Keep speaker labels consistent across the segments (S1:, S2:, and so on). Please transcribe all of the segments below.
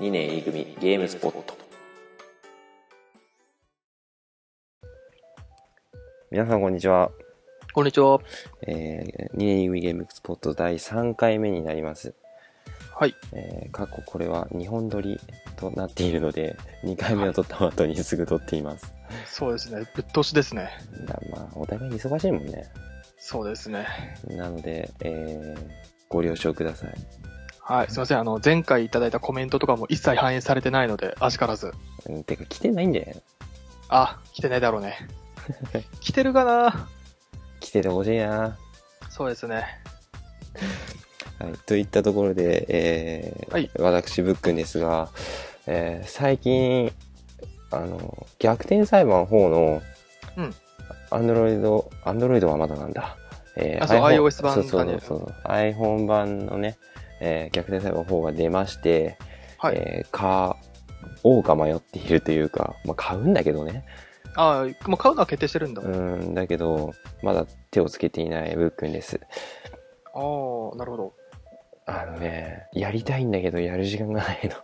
S1: 2年 E 組ゲームスポット
S2: 皆さんこんにちは。
S3: こんにちは。
S2: えー、2年 E 組ゲームスポット第3回目になります。
S3: はい。
S2: えー、過去これは2本撮りとなっているので、2回目を撮った後にすぐ撮っています。
S3: そうですね。ぶっ通しですね。
S2: だまあ、お互い忙しいもんね。
S3: そうですね。
S2: なので、えー、ご了承ください。
S3: はい。すいません。あの、前回いただいたコメントとかも一切反映されてないので、あしからず。
S2: うんてか、来てないんだよ。
S3: あ、来てないだろう ね。来てるかな
S2: 来ててほしいな。
S3: そうですね。
S2: はい、といったところで、えー
S3: はい
S2: 私、ブックンですが、えー最近、あの、逆転裁判4の、
S3: うん
S2: アンドロイド、アンドロイドはまだなんだ。え
S3: あそう
S2: iPhone
S3: iOS 版
S2: そうそう
S3: だね
S2: そうそう。iPhone 版のね、えー逆転裁判4が出まして、
S3: はい。
S2: えー買おうか迷っているというか、まあ、買うんだけどね。
S3: あ、もう買うのは決定してるんだ。あ
S2: うん、だけど、まだ手をつけていないブックンです。
S3: あー、なるほど。
S2: あのね、やりたいんだけど、やる時間がないの。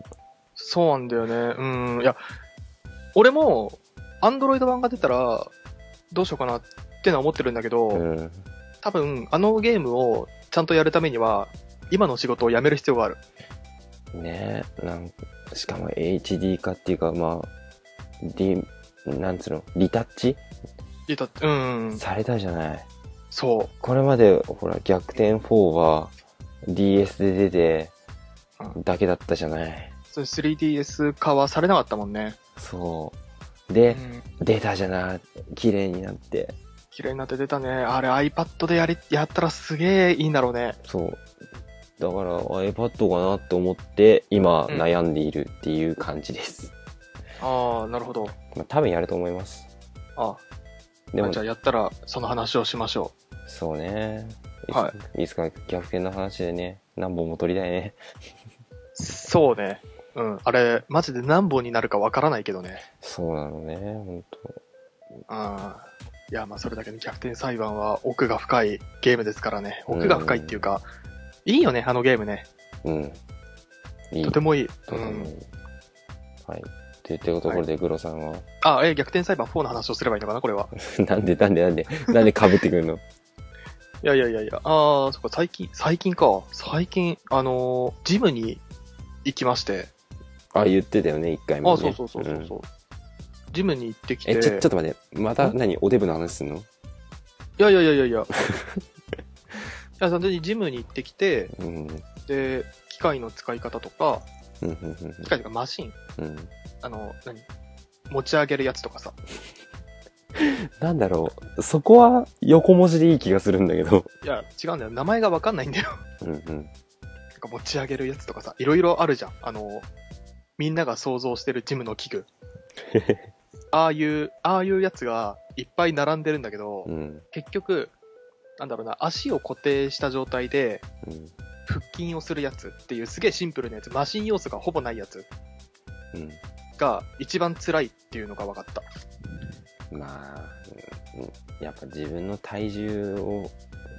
S3: そうなんだよね。うん。いや、俺も、アンドロイド版が出たら、どうしようかなってのは思ってるんだけど、
S2: うん。
S3: 多分、あのゲームをちゃんとやるためには、今の仕事を辞める必要がある。
S2: ねえなんしかも HD 化っていうかまあリなんつうのリタッチ
S3: いたうん。
S2: されたじゃない
S3: そう。
S2: これまでほら逆転4は DS で出て
S3: う
S2: だけだったじゃない
S3: そう 3DS 化はされなかったもんね。
S2: そう
S3: う
S2: で
S3: ん、
S2: 出たじゃない綺麗になって
S3: 綺麗になって出たね。あれ iPad でやり、やったらすげえいいんだろうね。
S2: そうだから iPad かなって思って今
S3: うん
S2: 悩んでいるっていう感じです、
S3: ああ、なるほど。
S2: まあ多分やると思います
S3: あ
S2: でも
S3: じゃあやったらその話をしましょ
S2: そうねいつ,、、
S3: はい
S2: つか逆転の話でね何本も取りたいね
S3: う。そうね。うん。あれ、マジで何本になるかわからないけどね。
S2: そうなのね、本
S3: ああ。いや、まあそれだけの逆転裁判は奥が深いゲームですからね。奥が深いっていうか、いいよね、あのゲームね。
S2: 当。うん。いい。
S3: とてもいい。
S2: と
S3: う
S2: てもい
S3: ん。
S2: い。はい。といったところで、グロさんは、
S3: あ、え、逆転裁判4の話をすればいいのかな、これは。
S2: なんでなんでなんで、なんで被ってくるの
S3: いやいやいやいや、ああ、そっか、最近、最近か。最近、あのージムに行きまして。
S2: あ、言ってたよね、一回目、ね。
S3: あそうそうそうそうそう、ジムに行ってきて。
S2: んえ、ちょ、ちょっと待って、また
S3: ん
S2: 何、おデブの話すんの
S3: いやいやいや いやいや。いや、本当にジムに行ってきて、
S2: うん。うん、
S3: で、機械の使い方とか、
S2: うん、
S3: 機械というかマシン、
S2: うん。うん。
S3: あの、何持ち上げるやつとかさ。
S2: なんだろう、そこは横文字でいい気がするんだけど。
S3: いや、違うんだよ。名前がわかんないんだよ。
S2: うん、うん。
S3: なんか持ち上げるやつとかさ、いろいろあるじゃん。あの、みんなが想像してるジムの器 具。ああいう、ああいうやつがいっぱい並んでるんだけど、
S2: うん。
S3: 結局、なんだろうな、足を固定した状態で
S2: うん。
S3: 腹筋をするやつっていうすげえシンプルなやつ、マシン要素がほぼないやつ
S2: う
S3: が一番辛いっていうのが分かった。
S2: ん。まあ、うんやっぱ自分の体重を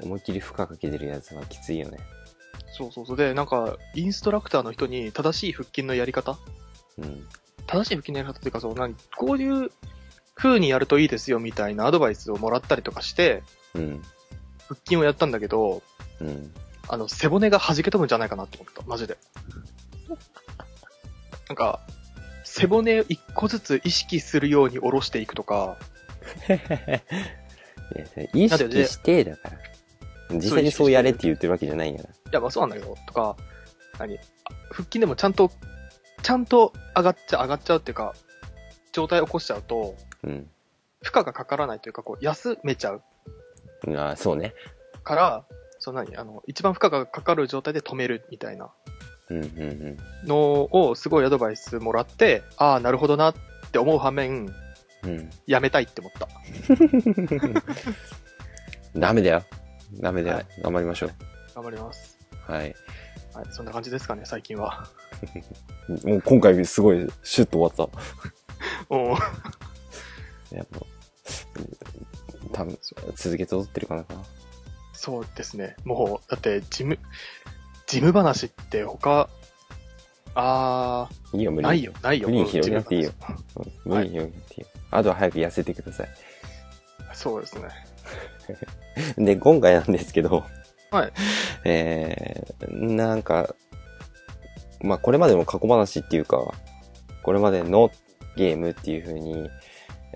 S2: 思いっきり負荷かけてるやつはきついよね。
S3: そうそうそう。で、なんか、インストラクターの人に正しい腹筋のやり方
S2: うん。
S3: 正しい腹筋のやり方っていうか、そう、何こういう風にやるといいですよみたいなアドバイスをもらったりとかして、
S2: うん。
S3: 腹筋をやったんだけど、
S2: うん。
S3: あの、背骨が弾け飛ぶんじゃないかなと思った。マジで。なんか、背骨一個ずつ意識するように下ろしていくとか、
S2: いやそれ意識して、だから。実際にそうやれって言ってるわけじゃないんやな。
S3: いや、まあそうなんだけど、とか、何あ腹筋でもちゃんと、ちゃんと上がっちゃ、上がっちゃうっていうか、状態起こしちゃうと、
S2: うん。
S3: 負荷がかからないというか、こう、休めちゃう
S2: うんああ、そうね。
S3: から、その何あの、一番負荷がかかる状態で止めるみたいな
S2: うんうんうん。
S3: のを、すごいアドバイスもらって、ああ、なるほどなって思う反面、
S2: うん。
S3: やめたいって思った。
S2: ダメだよ。ダメだよ。
S3: はい
S2: 頑張りましょう。
S3: 頑張ります。
S2: はい。
S3: はい、そんな感じですかね、最近は。
S2: もう今回すごいシュッと終わっ
S3: おー
S2: た。やっぱ、多分続けて踊ってるかな。
S3: そうですね。もう、だって、ジム、ジム話って他、あ
S2: いいよ、無
S3: ー、
S2: 理。
S3: ないよ、ないよ。
S2: 無理に広げなくていいよ
S3: 自分の中
S2: うん。無理に広げなくていいよ。あとは早く痩せてください。
S3: で。そうですね。
S2: で、今回なんですけど、
S3: はい。
S2: えー、なんか、まあ、これまでの過去話っていうか、これまでのゲームっていう風に、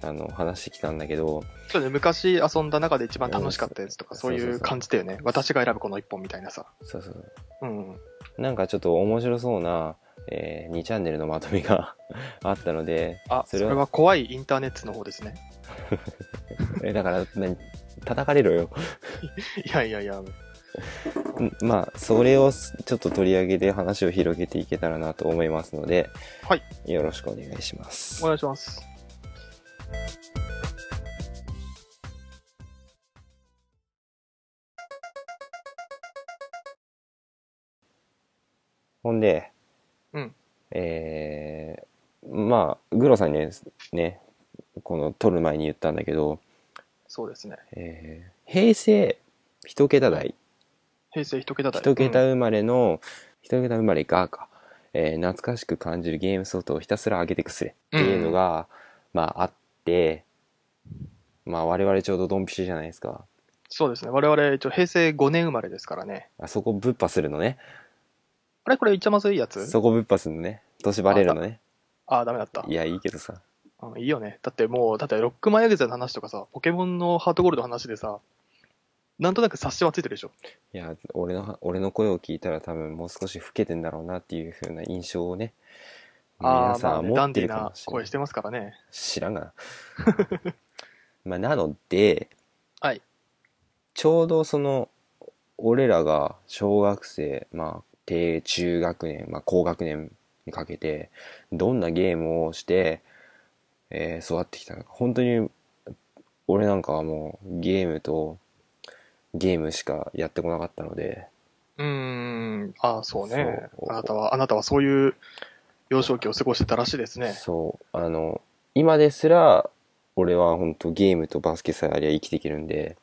S2: あの、話してきたんだけど、
S3: そうね、昔遊んだ中で一番楽しかったやつとか、
S2: そ
S3: そうう
S2: そうそう
S3: いう感じだよね。私が選ぶこの一本みたいなさ。
S2: そうそう。
S3: うん。
S2: なんかちょっと面白そうな、えー、2チャンネルのまとめが あったので、
S3: あ、
S2: そ
S3: そ
S2: れ
S3: れ
S2: は
S3: は怖いインターネットの方ですね。
S2: えだから、何叩かれろよ。
S3: いやいやいや、
S2: うんまあ、それをすちょっと取り上げて話を広げていけたらなと思いますので、
S3: はい。
S2: よろしくお願いします
S3: お。願いします。
S2: ほんで、
S3: うん
S2: えーまあ、グロさんにねね、この撮る前に言ったんだけど、
S3: そうですね。
S2: えー平成一桁台、
S3: 平成一桁台。
S2: 一桁
S3: うん
S2: 生まれの、一桁生まれがか、えー懐かしく感じるゲームソフトをひたすら上げてくすれっていうのが、まああって、まあ我々ちょうどドンピシャじゃないですか。
S3: そうですね。我々、一応平成5年生まれですからね。
S2: あそこぶっぱするのね。
S3: あれこれ言っちゃまずいやつ
S2: そこぶっぱするのね。年バレるのね。
S3: あー、ダメだった。
S2: いや、いいけどさ。
S3: うんいいよね。だってもう、だってロックマンエグゼの話とかさ、ポケモンのハートゴールドの話でさ、なんとなく察しはついてるでしょ。
S2: いや、俺の、俺の声を聞いたら多分もう少し老けてんだろうなっていう風な印象をね、皆
S3: あー
S2: さん
S3: ま
S2: は
S3: あね、
S2: 持
S3: ダ
S2: っ
S3: ン
S2: て
S3: ディ
S2: る
S3: ー
S2: か
S3: な
S2: もしれな
S3: 声
S2: い
S3: し。てますからね。
S2: 知らんがな。 まあ、なので、
S3: はい
S2: ちょうどその、俺らが小学生、まあ、低中学年、まあ、高学年にかけて、どんなゲームをして、えー育ってきたのか。本当に、俺なんかはもう、ゲームと、ゲームしかやってこなかったので、
S3: うーん、ああ、そうね
S2: そう
S3: あなたは、あなたはそういう幼少期を過ごしてたらしいですね。
S2: そう、あの、今ですら、俺は本当ゲームとバスケさえありゃ生きていけるんで、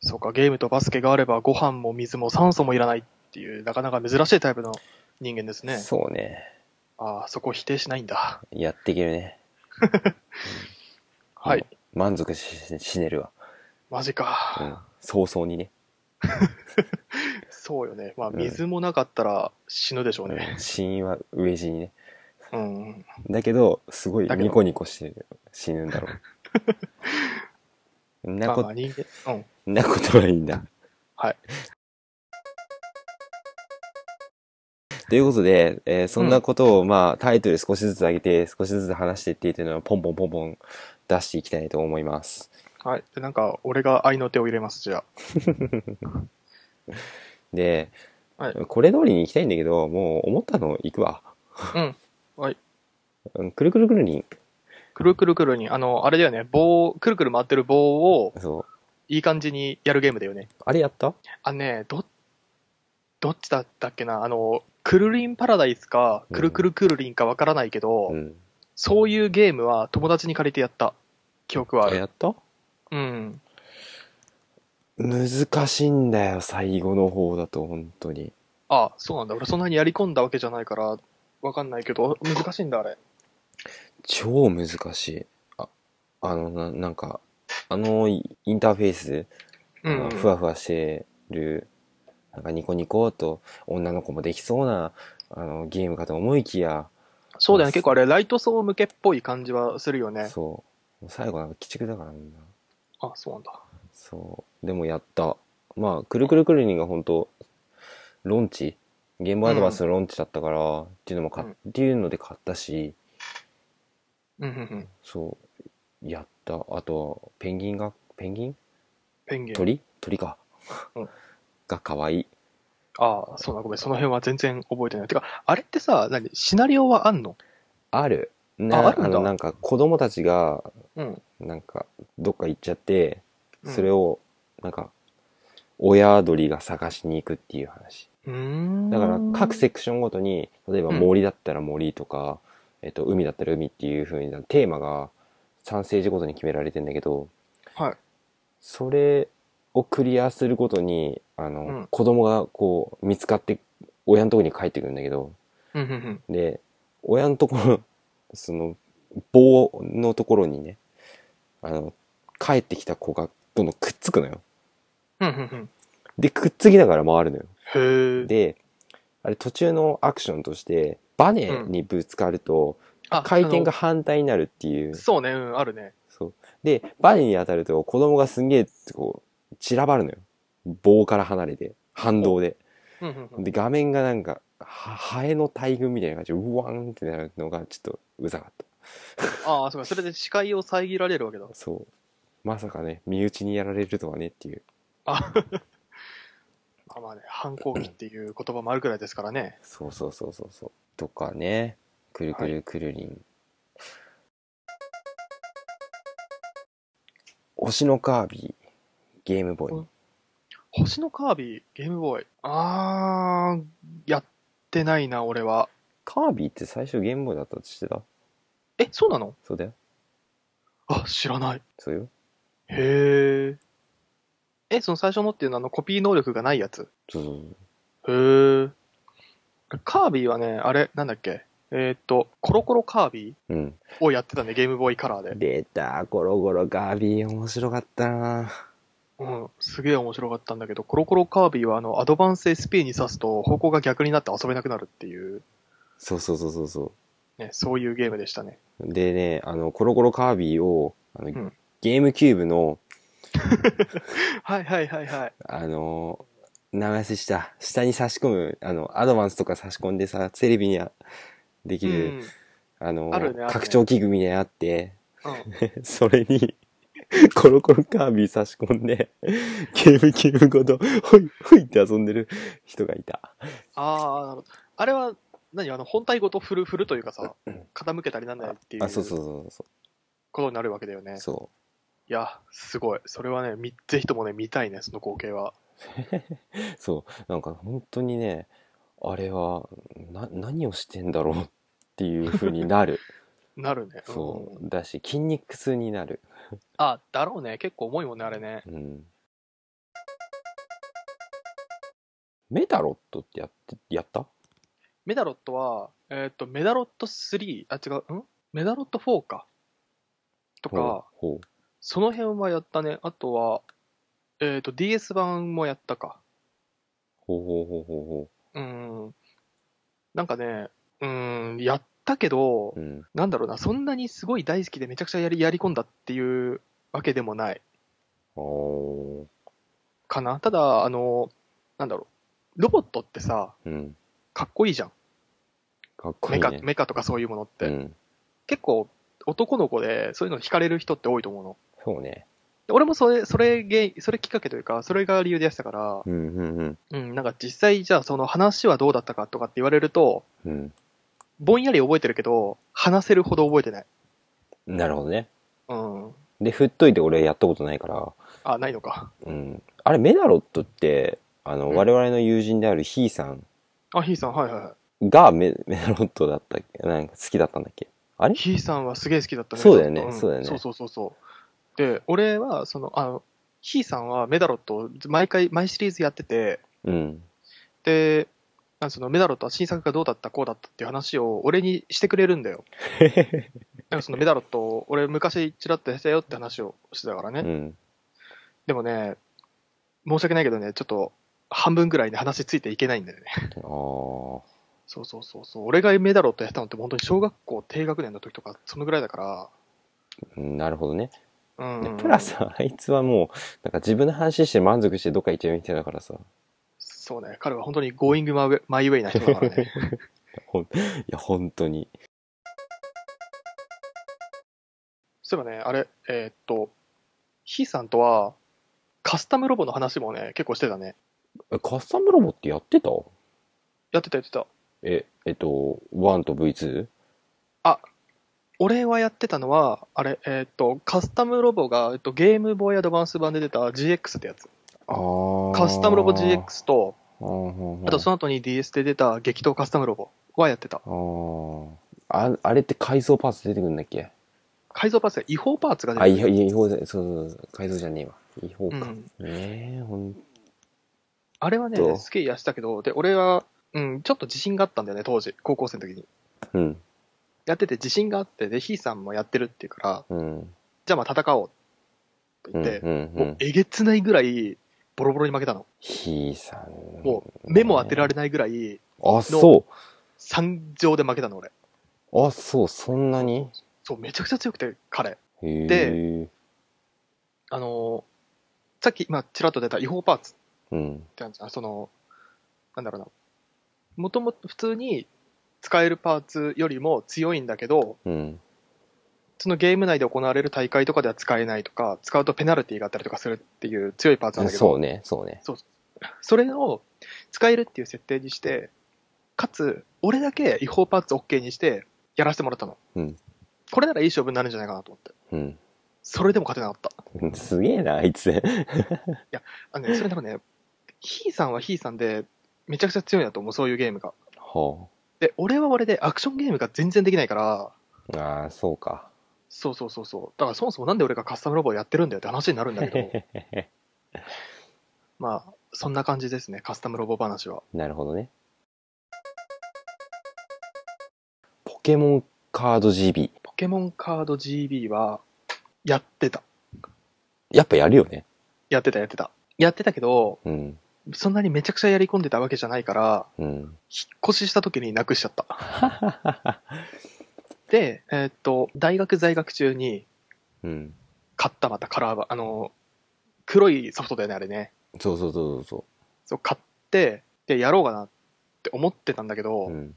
S3: そうか、ゲームとバスケがあれば、ご飯も水も酸素もいらないっていう、なかなか珍しいタイプの人間ですね。
S2: そうね。
S3: ああ、そこ否定しないんだ。
S2: やっていけるね。
S3: はい、
S2: 満足ししねるわ。
S3: マジ
S2: う
S3: か。
S2: ん。早々にね。
S3: そうよね。まあ、
S2: うん
S3: 水もなかったら死ぬでしょうね。
S2: 死因は飢え死にね。
S3: うん。
S2: だけど、すごい
S3: だけど
S2: ニコニコしてる死ぬんだろ う。んな
S3: まあ
S2: こ
S3: まあ、人間、うん。
S2: んなことはいいんだ。
S3: はい。
S2: ということで、えーそんなことを、まあ、タイトル少しずつ上げて、少しずつ話していってというのをポンポンポンポン出していきたいと思います。
S3: はい。で、なんか、俺が愛の手を入れます、じゃあ。
S2: で、
S3: はい
S2: これ通りに行きたいんだけど、もう思ったの行くわ。
S3: うん。はい。
S2: うんくるくるくるに、
S3: くるくるくるに、あの、あれだよね、棒、くるくる回ってる棒を、
S2: そう。
S3: いい感じにやるゲームだよね。
S2: あれやった
S3: あのね、ど、どっちだったっけな、あの、くるりんパラダイスか、
S2: うん
S3: くるくるくるりんかわからないけど、
S2: うん。
S3: そういうゲームは友達に借りてやった記憶はあ
S2: あれ
S3: る。
S2: やった
S3: うん。
S2: 難しいんだよ、最後の方だと、本当に。
S3: あ、そうなんだ。俺そんなにやり込んだわけじゃないから、わかんないけど、難しいんだ、あれ。
S2: 超難しい。あ、あの、ななんか、あのイインターフェース、
S3: う
S2: あ
S3: ん
S2: の。ふわふわしてる、なんかニコニコと女の子もできそうな、あの、ゲームかと思いきや、
S3: そうだよね。結構あれ、ライト層向けっぽい感じはするよね。
S2: そう。最後なんか鬼畜だからみんな。
S3: あ、そうなんだ。
S2: そう。でもやった。まあ、くるくるくるりんが本当ロンチゲームアドバンスのロンチだったから、っていうのも買っ、っていうので買ったし、
S3: うんうんうん。
S2: そう、やった。あと、ペンギンが、ペンギン
S3: ペンギン。
S2: 鳥鳥か
S3: うん。
S2: が可愛い。
S3: ああ、そうだ、ごめん、その辺は全然覚えてない。てか、あれってさ、何シナリオはあんの
S2: ある。な
S3: ああるんだ
S2: の、なんか子供たちが、
S3: うん。
S2: なんか、どっか行っちゃって、
S3: うん
S2: それを、なんか、親鳥が探しに行くっていう話。
S3: うーん。
S2: だから各セクションごとに例えば
S3: うん
S2: 森だったら森とか、えっと、海だったら海っていう風にテーマが3ステージごとに決められてんだけど
S3: はい。
S2: それをクリアするごとにあの、
S3: うん
S2: 子供がこう見つかって親のとこに帰ってくるんだけど
S3: うんうんうん。
S2: で、親のところ、その、棒のところにね、あの、帰ってきた子がどんどんくっつくのよ。
S3: うんうんうん。
S2: で、くっつきながら回るのよ。
S3: へー
S2: で、あれ途中のアクションとして、バネにぶつかると、
S3: あ
S2: 回転が。反対になるってい
S3: あ
S2: う
S3: の。そうね、うん、あるね。
S2: そう。で、バネに当たると子供がすんげえ、こう、散らばるのよ。棒から離れて、反動で。
S3: うんうんうん。
S2: で、画面がなんか、はハエの大群みたいな感じで、うわーんってなるのがちょっとうざかった。
S3: ああ、そうか。それで視界を遮られるわけだ。
S2: そう。まさかね、身内にやられるとはねっていう。
S3: ああまあね、反抗期っていう言葉もあるくらいですからね。
S2: そうそうそうそうそう。とかね、くるくるくるりん。推しのカービィ、ゲームボーイ。
S3: 星のカービィ、ゲームボーイ。あー、やってないな、俺は。
S2: カービィって最初ゲームボーイだったって知ってた
S3: え、そうなの
S2: そうだよ。
S3: あ、知らない。
S2: そうよ。
S3: へー。え、その最初のっていうのはあのコピー能力がないやつ。
S2: そうそうそう
S3: へー。カービィはね、あれ、なんだっけ。えーっと、コロコロカービィ
S2: うん。
S3: をやってたね、ゲームボーイカラーで。
S2: 出た、ゴロゴロカービィ、面白かったな
S3: うん、すげえ面白かったんだけど、コロコロカービィはあの、アドバンス SP に刺すと方向が逆になって遊べなくなるっていう、
S2: そうそうそうそうそ
S3: ね、そういうゲームでしたね。
S2: う。でね、あの、コロコロカービィを、あの、
S3: ん
S2: ゲームキューブの、
S3: はいはいはいはい。
S2: あのー、名前忘れした。下に差し込む、あの、アドバンスとか差し込んでさ、テレビにはでき
S3: う
S2: る、
S3: ん。
S2: あのー
S3: あるねあるね
S2: 拡張器具みたいなのあって、
S3: うん
S2: それに、 コロコロカービィ差し込んで、ゲームキューブごと、ほい、ほいって遊んでる人がいた。
S3: ああ、なるほど。あれは、何あの、本体ごと振る、振るというかさ、傾けたりなんないっていう
S2: あ、そう
S3: こ
S2: そうそうそ
S3: とになるわけだよね
S2: う。。そ
S3: いや、すごい。それはね、み、ぜひともね、見たいね、その光景は。
S2: う。そう。なんか本当にね、あれは、な、何をしてんだろうっていう風にな る。
S3: なるね。
S2: そ
S3: ん
S2: う。だし、筋肉痛になる。
S3: あ、だろうね。結構重いもんね、あれね。
S2: うん。メタロットってやって、やった
S3: メダロットは、えーっと、メダロット3、あ、違う、んメダロット4か。とか、
S2: ほう。
S3: その辺はやったね。あとは、えーっと、DS 版もやったか。
S2: ほうほうほうほうほ
S3: うん。なんかね、うん、やったけど、
S2: う。うん。
S3: なんだろうな、そんなにすごい大好きでめちゃくちゃやりやり込んだっていうわけでもない
S2: お
S3: かな。ただ、あの、なんだろう、ロボットってさ、
S2: ー。うん。
S3: かっこいいじゃん。
S2: かっこい
S3: メ
S2: い
S3: カ、
S2: ね。
S3: メカとかそういうものって。
S2: うん。
S3: 結構、男の子でそういうの惹かれる人って多いと思うの。
S2: そうね。
S3: で俺もそれ、それげそれきっかけというか、それが理由でやってたから、
S2: うんうんうん。
S3: うん、なんか実際じゃあその話はどうだったかとかって言われると、
S2: うん。
S3: ぼんやり覚えてるけど、話せるほど覚えてない。
S2: なるほどね。
S3: うん。
S2: で、振っといて俺やったことないから。
S3: あ、ないのか。
S2: うん。あれ、メタロットって、あの、
S3: うん
S2: 我々の友人であるヒーさん
S3: あ、ひーさん、はいはいは
S2: がメメタロットだったっけなんか好きだったんだっけあれ
S3: い。ひーさんはすげえ好きだった
S2: そうだよね
S3: ちょっとん
S2: そうだよね
S3: そうそうそうそう。で、俺は、その、あの、ひーさんはメダロットを毎回、毎シリーズやってて、
S2: うん。
S3: で、なんそのメダロットは新作がどうだったこうだったっていう話を俺にしてくれるん だよ。なんかそのメダロットを俺昔ちらっとしたよって話をしてたからね。
S2: うん。
S3: でもね、申し訳ないけどね、ちょっと半分ぐらいに話ついていけないんだよね。
S2: ああ。
S3: そうそうそうそう。俺がメダロットやってたのって本当に小学校低学年の時とかそのぐらいだか
S2: うんなるほどね。
S3: ら。うん、
S2: でプラス あいつはもうなんか自分の話して満足してどっか行っちゃうみたいだからさ
S3: そうね、彼は本当に Going my way- my way な人 だからね。
S2: ほんいや本当に
S3: そういえばね、あれ、えーっと、ヒーさんとは、カスタムロボの話もね、結構してたね。
S2: えカスタムロボってやってた
S3: やってたやってた。
S2: ええっと1と V2?
S3: 俺はやってたのは、あれ、えーっと、カスタムロボが、えっと、ゲームボーイアドバンス版で出た GX ってやつ。
S2: あ
S3: カスタムロボ GX と、
S2: あ
S3: あとその後に DS で出た激闘カスタムロボはやってた。
S2: のあーああれって改造パーツ出てくるんだっけ
S3: 改造パーツが違法パーツが
S2: あ
S3: 出
S2: 違
S3: て
S2: 法
S3: る。
S2: 違法だそうそうそう改造じゃねえわ違法
S3: う
S2: か、
S3: ん
S2: ねえほん
S3: あれはね
S2: ど、う
S3: すげえやしたけど、で、俺は、うん、ちょっと自信があったんだよね、当時。高校生の時に。
S2: うん。
S3: やってて自信があって、で、ヒーさんもやってるっていうから、
S2: うん。
S3: じゃあまあ戦おうって
S2: う
S3: 言
S2: ん。
S3: って、
S2: うん。う。
S3: もうんえげつないぐらい、ボロボロに負けたの。
S2: ひーさん。
S3: もう、目も当てられないぐらい、
S2: あ、そ
S3: 惨状で負けたの、俺。
S2: う。あ、そう。そんなに
S3: そう、めちゃくちゃ強くて、彼。
S2: へ
S3: で
S2: え。
S3: あのーさっき、まあ、ちらっと出た違法パーツっ
S2: うん。
S3: てあるじゃんその、なんだろうな。もともと普通に使えるパーツよりも強いんだけど、
S2: うん。
S3: そのゲーム内で行われる大会とかでは使えないとか、使うとペナルティがあったりとかするっていう強いパーツなんだけど、
S2: そうね。そうね。
S3: それを使えるっていう設定にして、かつ、俺だけ違法パーツ OK にして、やらせてもらったの。
S2: うん
S3: これならいい勝負になるんじゃないかなと思って。
S2: うん。
S3: それでも勝てなかった。
S2: うんすげえな、あいつ。
S3: あのね、それでもね、ヒーさんはヒーさんで、めちゃくちゃ強いなと思う、そういうゲームが。
S2: ほ
S3: で、俺は俺でアクションゲームが全然できないから、
S2: う。ああ、そうか。
S3: そうそうそうそう。だからそもそもなんで俺がカスタムロボをやってるんだよって話になるんだけど、まあ、そんな感じですね、カスタムロボ話は。
S2: なるほどね。ポケモンカード GB。
S3: ポケモンカード GB は、やってた。
S2: やっぱやるよね。
S3: やってた、やってた。やってたけど、
S2: うん。
S3: そんなにめちゃくちゃやり込んでたわけじゃないから、
S2: うん。
S3: 引っ越しした時になくしちゃった。で、えーっと、大学在学中に
S2: うん。
S3: 買ったまたカラーバ、あの、黒いソフトだよね、あれね。
S2: そうそうそうそ
S3: そう、買って、で、やろうかなって思ってたんだけど、
S2: う。うん。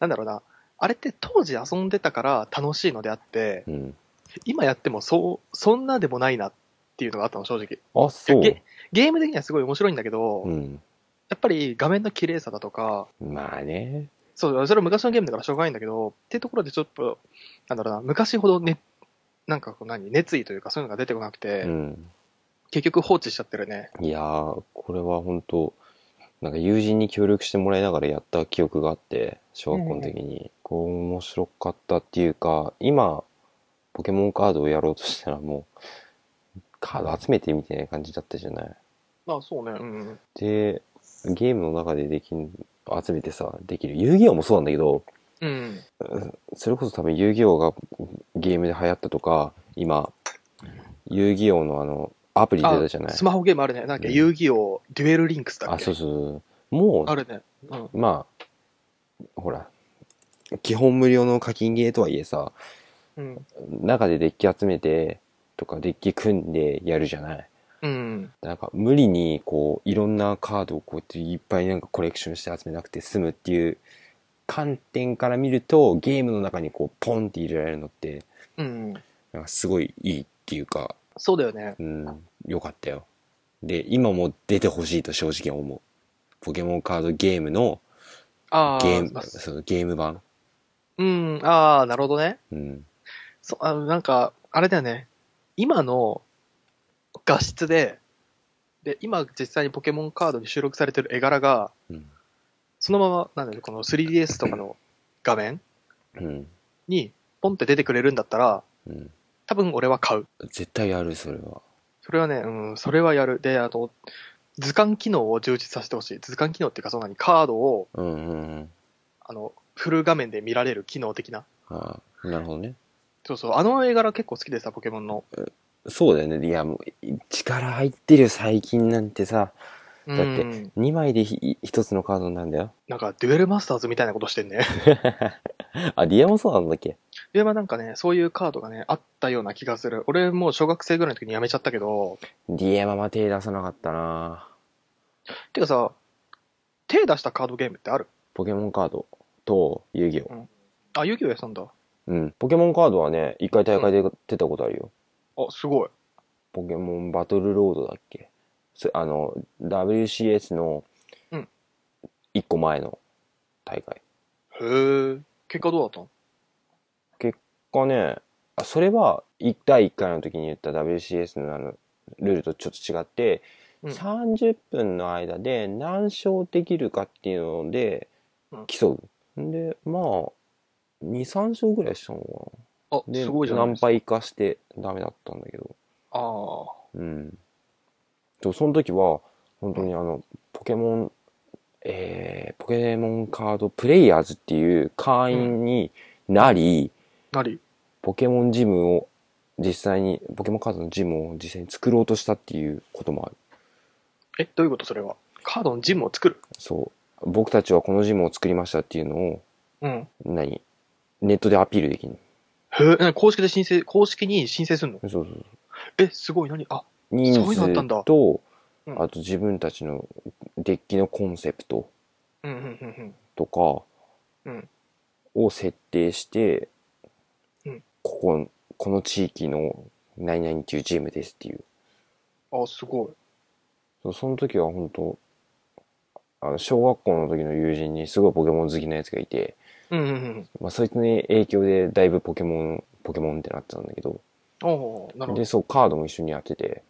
S3: なんだろうな、あれって当時遊んでたから楽しいのであって、
S2: うん。
S3: 今やってもそう、そんなでもないなっていうのがあったの、正直。
S2: あ、そう。
S3: ゲゲーム的にはすごい面白いんだけど、
S2: うん。
S3: やっぱり画面の綺麗さだとか、
S2: まあね。
S3: そう、それは昔のゲームだからしょうがないんだけど、っていうところでちょっと、なんだろうな、昔ほどね、なんかこう何、熱意というかそういうのが出てこなくて、
S2: うん。
S3: 結局放置しちゃってるね。
S2: いやー、これは本当なんか友人に協力してもらいながらやった記憶があって、小学校の時に。こう面白かったっていうか、今、ポケモンカードをやろうとしたらもう、カード集めてみたいな感じだったじゃない。
S3: まあそうね、うん。
S2: で、ゲームの中でできん、集めてさ、できる。遊戯王もそうなんだけど、
S3: うん。
S2: それこそ多分遊戯王がゲームで流行ったとか、今、遊戯王のあの、アプリ出たじゃない
S3: スマホゲームあるね。なんか
S2: うん
S3: 遊戯王、デュエルリンクスだっ
S2: あ、
S3: け
S2: そうそうそう。も
S3: あるね。うん。
S2: う、まあ、ほら、基本無料の課金ゲーとはいえさ、
S3: うん。
S2: 中でデッキ集めて、とかデッキ組んでやるじゃない
S3: うん。
S2: なんか無理にこういろんなカードをこうやっていっぱいなんかコレクションして集めなくて済むっていう観点から見るとゲームの中にこうポンって入れられるのって
S3: うん。
S2: なんかすごいいいっていうか
S3: そうだよね。
S2: うん、よかったよ。で、今も出てほしいと正直思う。ポケモンカードゲームの
S3: ああ。
S2: ゲー
S3: ま
S2: ム、
S3: あ
S2: そのゲーム版。
S3: うん。ああ、なるほどね。
S2: うん。
S3: そう、あの、なんか、あれだよね。今の画質で、で、今実際にポケモンカードに収録されてる絵柄が、
S2: うん。
S3: そのまま、なんだろう、この 3DS とかの画面
S2: うん。
S3: に、ポンって出てくれるんだったら、
S2: うん。
S3: 多分俺は買う。
S2: 絶対やる、それは。
S3: それはね、うん、それはやる。で、あと、図鑑機能を充実させてほしい。図鑑機能っていうか、そんなにカードを、
S2: うんうんうん。
S3: あの、フル画面で見られる機能的な。
S2: ああ、なるほどね。
S3: そうそう、あの絵柄結構好きでさ、ポケモンの。
S2: そうだよね。いや、もう、い力入ってるよ、最近なんてさ。
S3: だ
S2: って2枚でひ1つのカードなんだよ。
S3: なんか、デュエルマスターズみたいなことしてんね。
S2: あ、ディアもそうなんだっけ
S3: デュエマなんかね、そういうカードがね、あったような気がする。俺もう小学生ぐらいの時にやめちゃったけど、
S2: ディアマは手出さなかったな
S3: てかさ、手出したカードゲームってある
S2: ポケモンカードと遊戯王。
S3: あ、遊戯王やってたんだ。
S2: うん。ポケモンカードはね、一回大会で出たことあるよ。
S3: あ、すごい。
S2: ポケモンバトルロードだっけそあの WCS の
S3: うん
S2: 1個前の大会
S3: へえ。結果どうだったの
S2: がねあそれは1第1回の時に言った WCS のあのルールとちょっと違って、
S3: うん
S2: 30分の間で何勝できるかっていうので
S3: うん
S2: 競う、ん、でまあ23勝ぐらいしたのか
S3: あ、
S2: なです
S3: ごいじゃない
S2: 何
S3: あ
S2: 敗かしてダメだったんだけど
S3: あー。
S2: うん。と、その時は、本当にあの、ポケモン、えー、ポケモンカードプレイヤーズっていう会員になり、
S3: なり。
S2: ポケモンジムを実際に、ポケモンカードのジムを実際に作ろうとしたっていうこともある。
S3: え、どういうことそれは。カードのジムを作る。
S2: そう。僕たちはこのジムを作りましたっていうのを、
S3: うん。
S2: 何ネットでアピールできる
S3: へえ、なに公式で申請、公式に申請するの
S2: そうそうそう。
S3: え、すごい、何あ、
S2: 人
S3: そういうのあったんだ
S2: 数と
S3: う、ん
S2: あと自分たちのデッキのコンセプト
S3: うん、うん、うん、
S2: とか
S3: うん
S2: を設定して、
S3: うん
S2: ここ、この地域の何々っていうジムですっていう。
S3: うん。あ、すごい。
S2: そうその時は本当あの小学校の時の友人にすごいポケモン好きなやつがいて、
S3: うん、うん、うん。
S2: まあ、そいつの影響でだいぶポケモンポケモンってなってたんだけど
S3: おー、なるほ
S2: で
S3: ど。
S2: そうカードも一緒にやってて、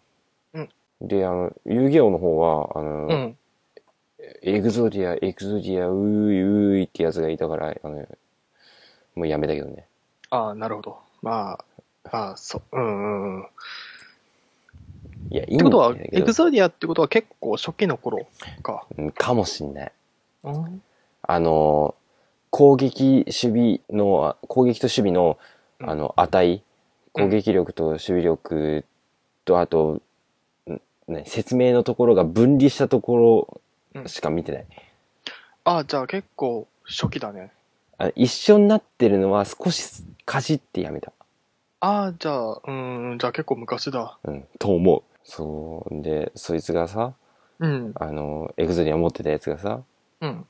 S3: うん
S2: であの遊戯王の方はあの、
S3: うん。
S2: エグゾディアエグゾディアうーいうーいってやつがいたからあのもうやめたけどね
S3: あーなるほど。まあ、あーそう、うん、うん、うん。っ
S2: いやいいん
S3: て
S2: だ
S3: ことは、
S2: けど
S3: エグザリアってことは結構初期の頃か。
S2: うんかもしんない
S3: うん。
S2: あの攻撃守備のあ攻撃と守備の
S3: うん
S2: あの値
S3: うん
S2: 攻撃力と守備力とあと、んね、説明のところが分離したところしか見てない、
S3: あーじゃあ結構初期だね。
S2: あ一緒になってるのは少しかじってやめた、
S3: あーじゃあ、うん、じゃあ結構昔だ。
S2: うん、と思うそうでそいつがさ
S3: うん、
S2: あのエグゾリア持ってたやつがさ
S3: うん、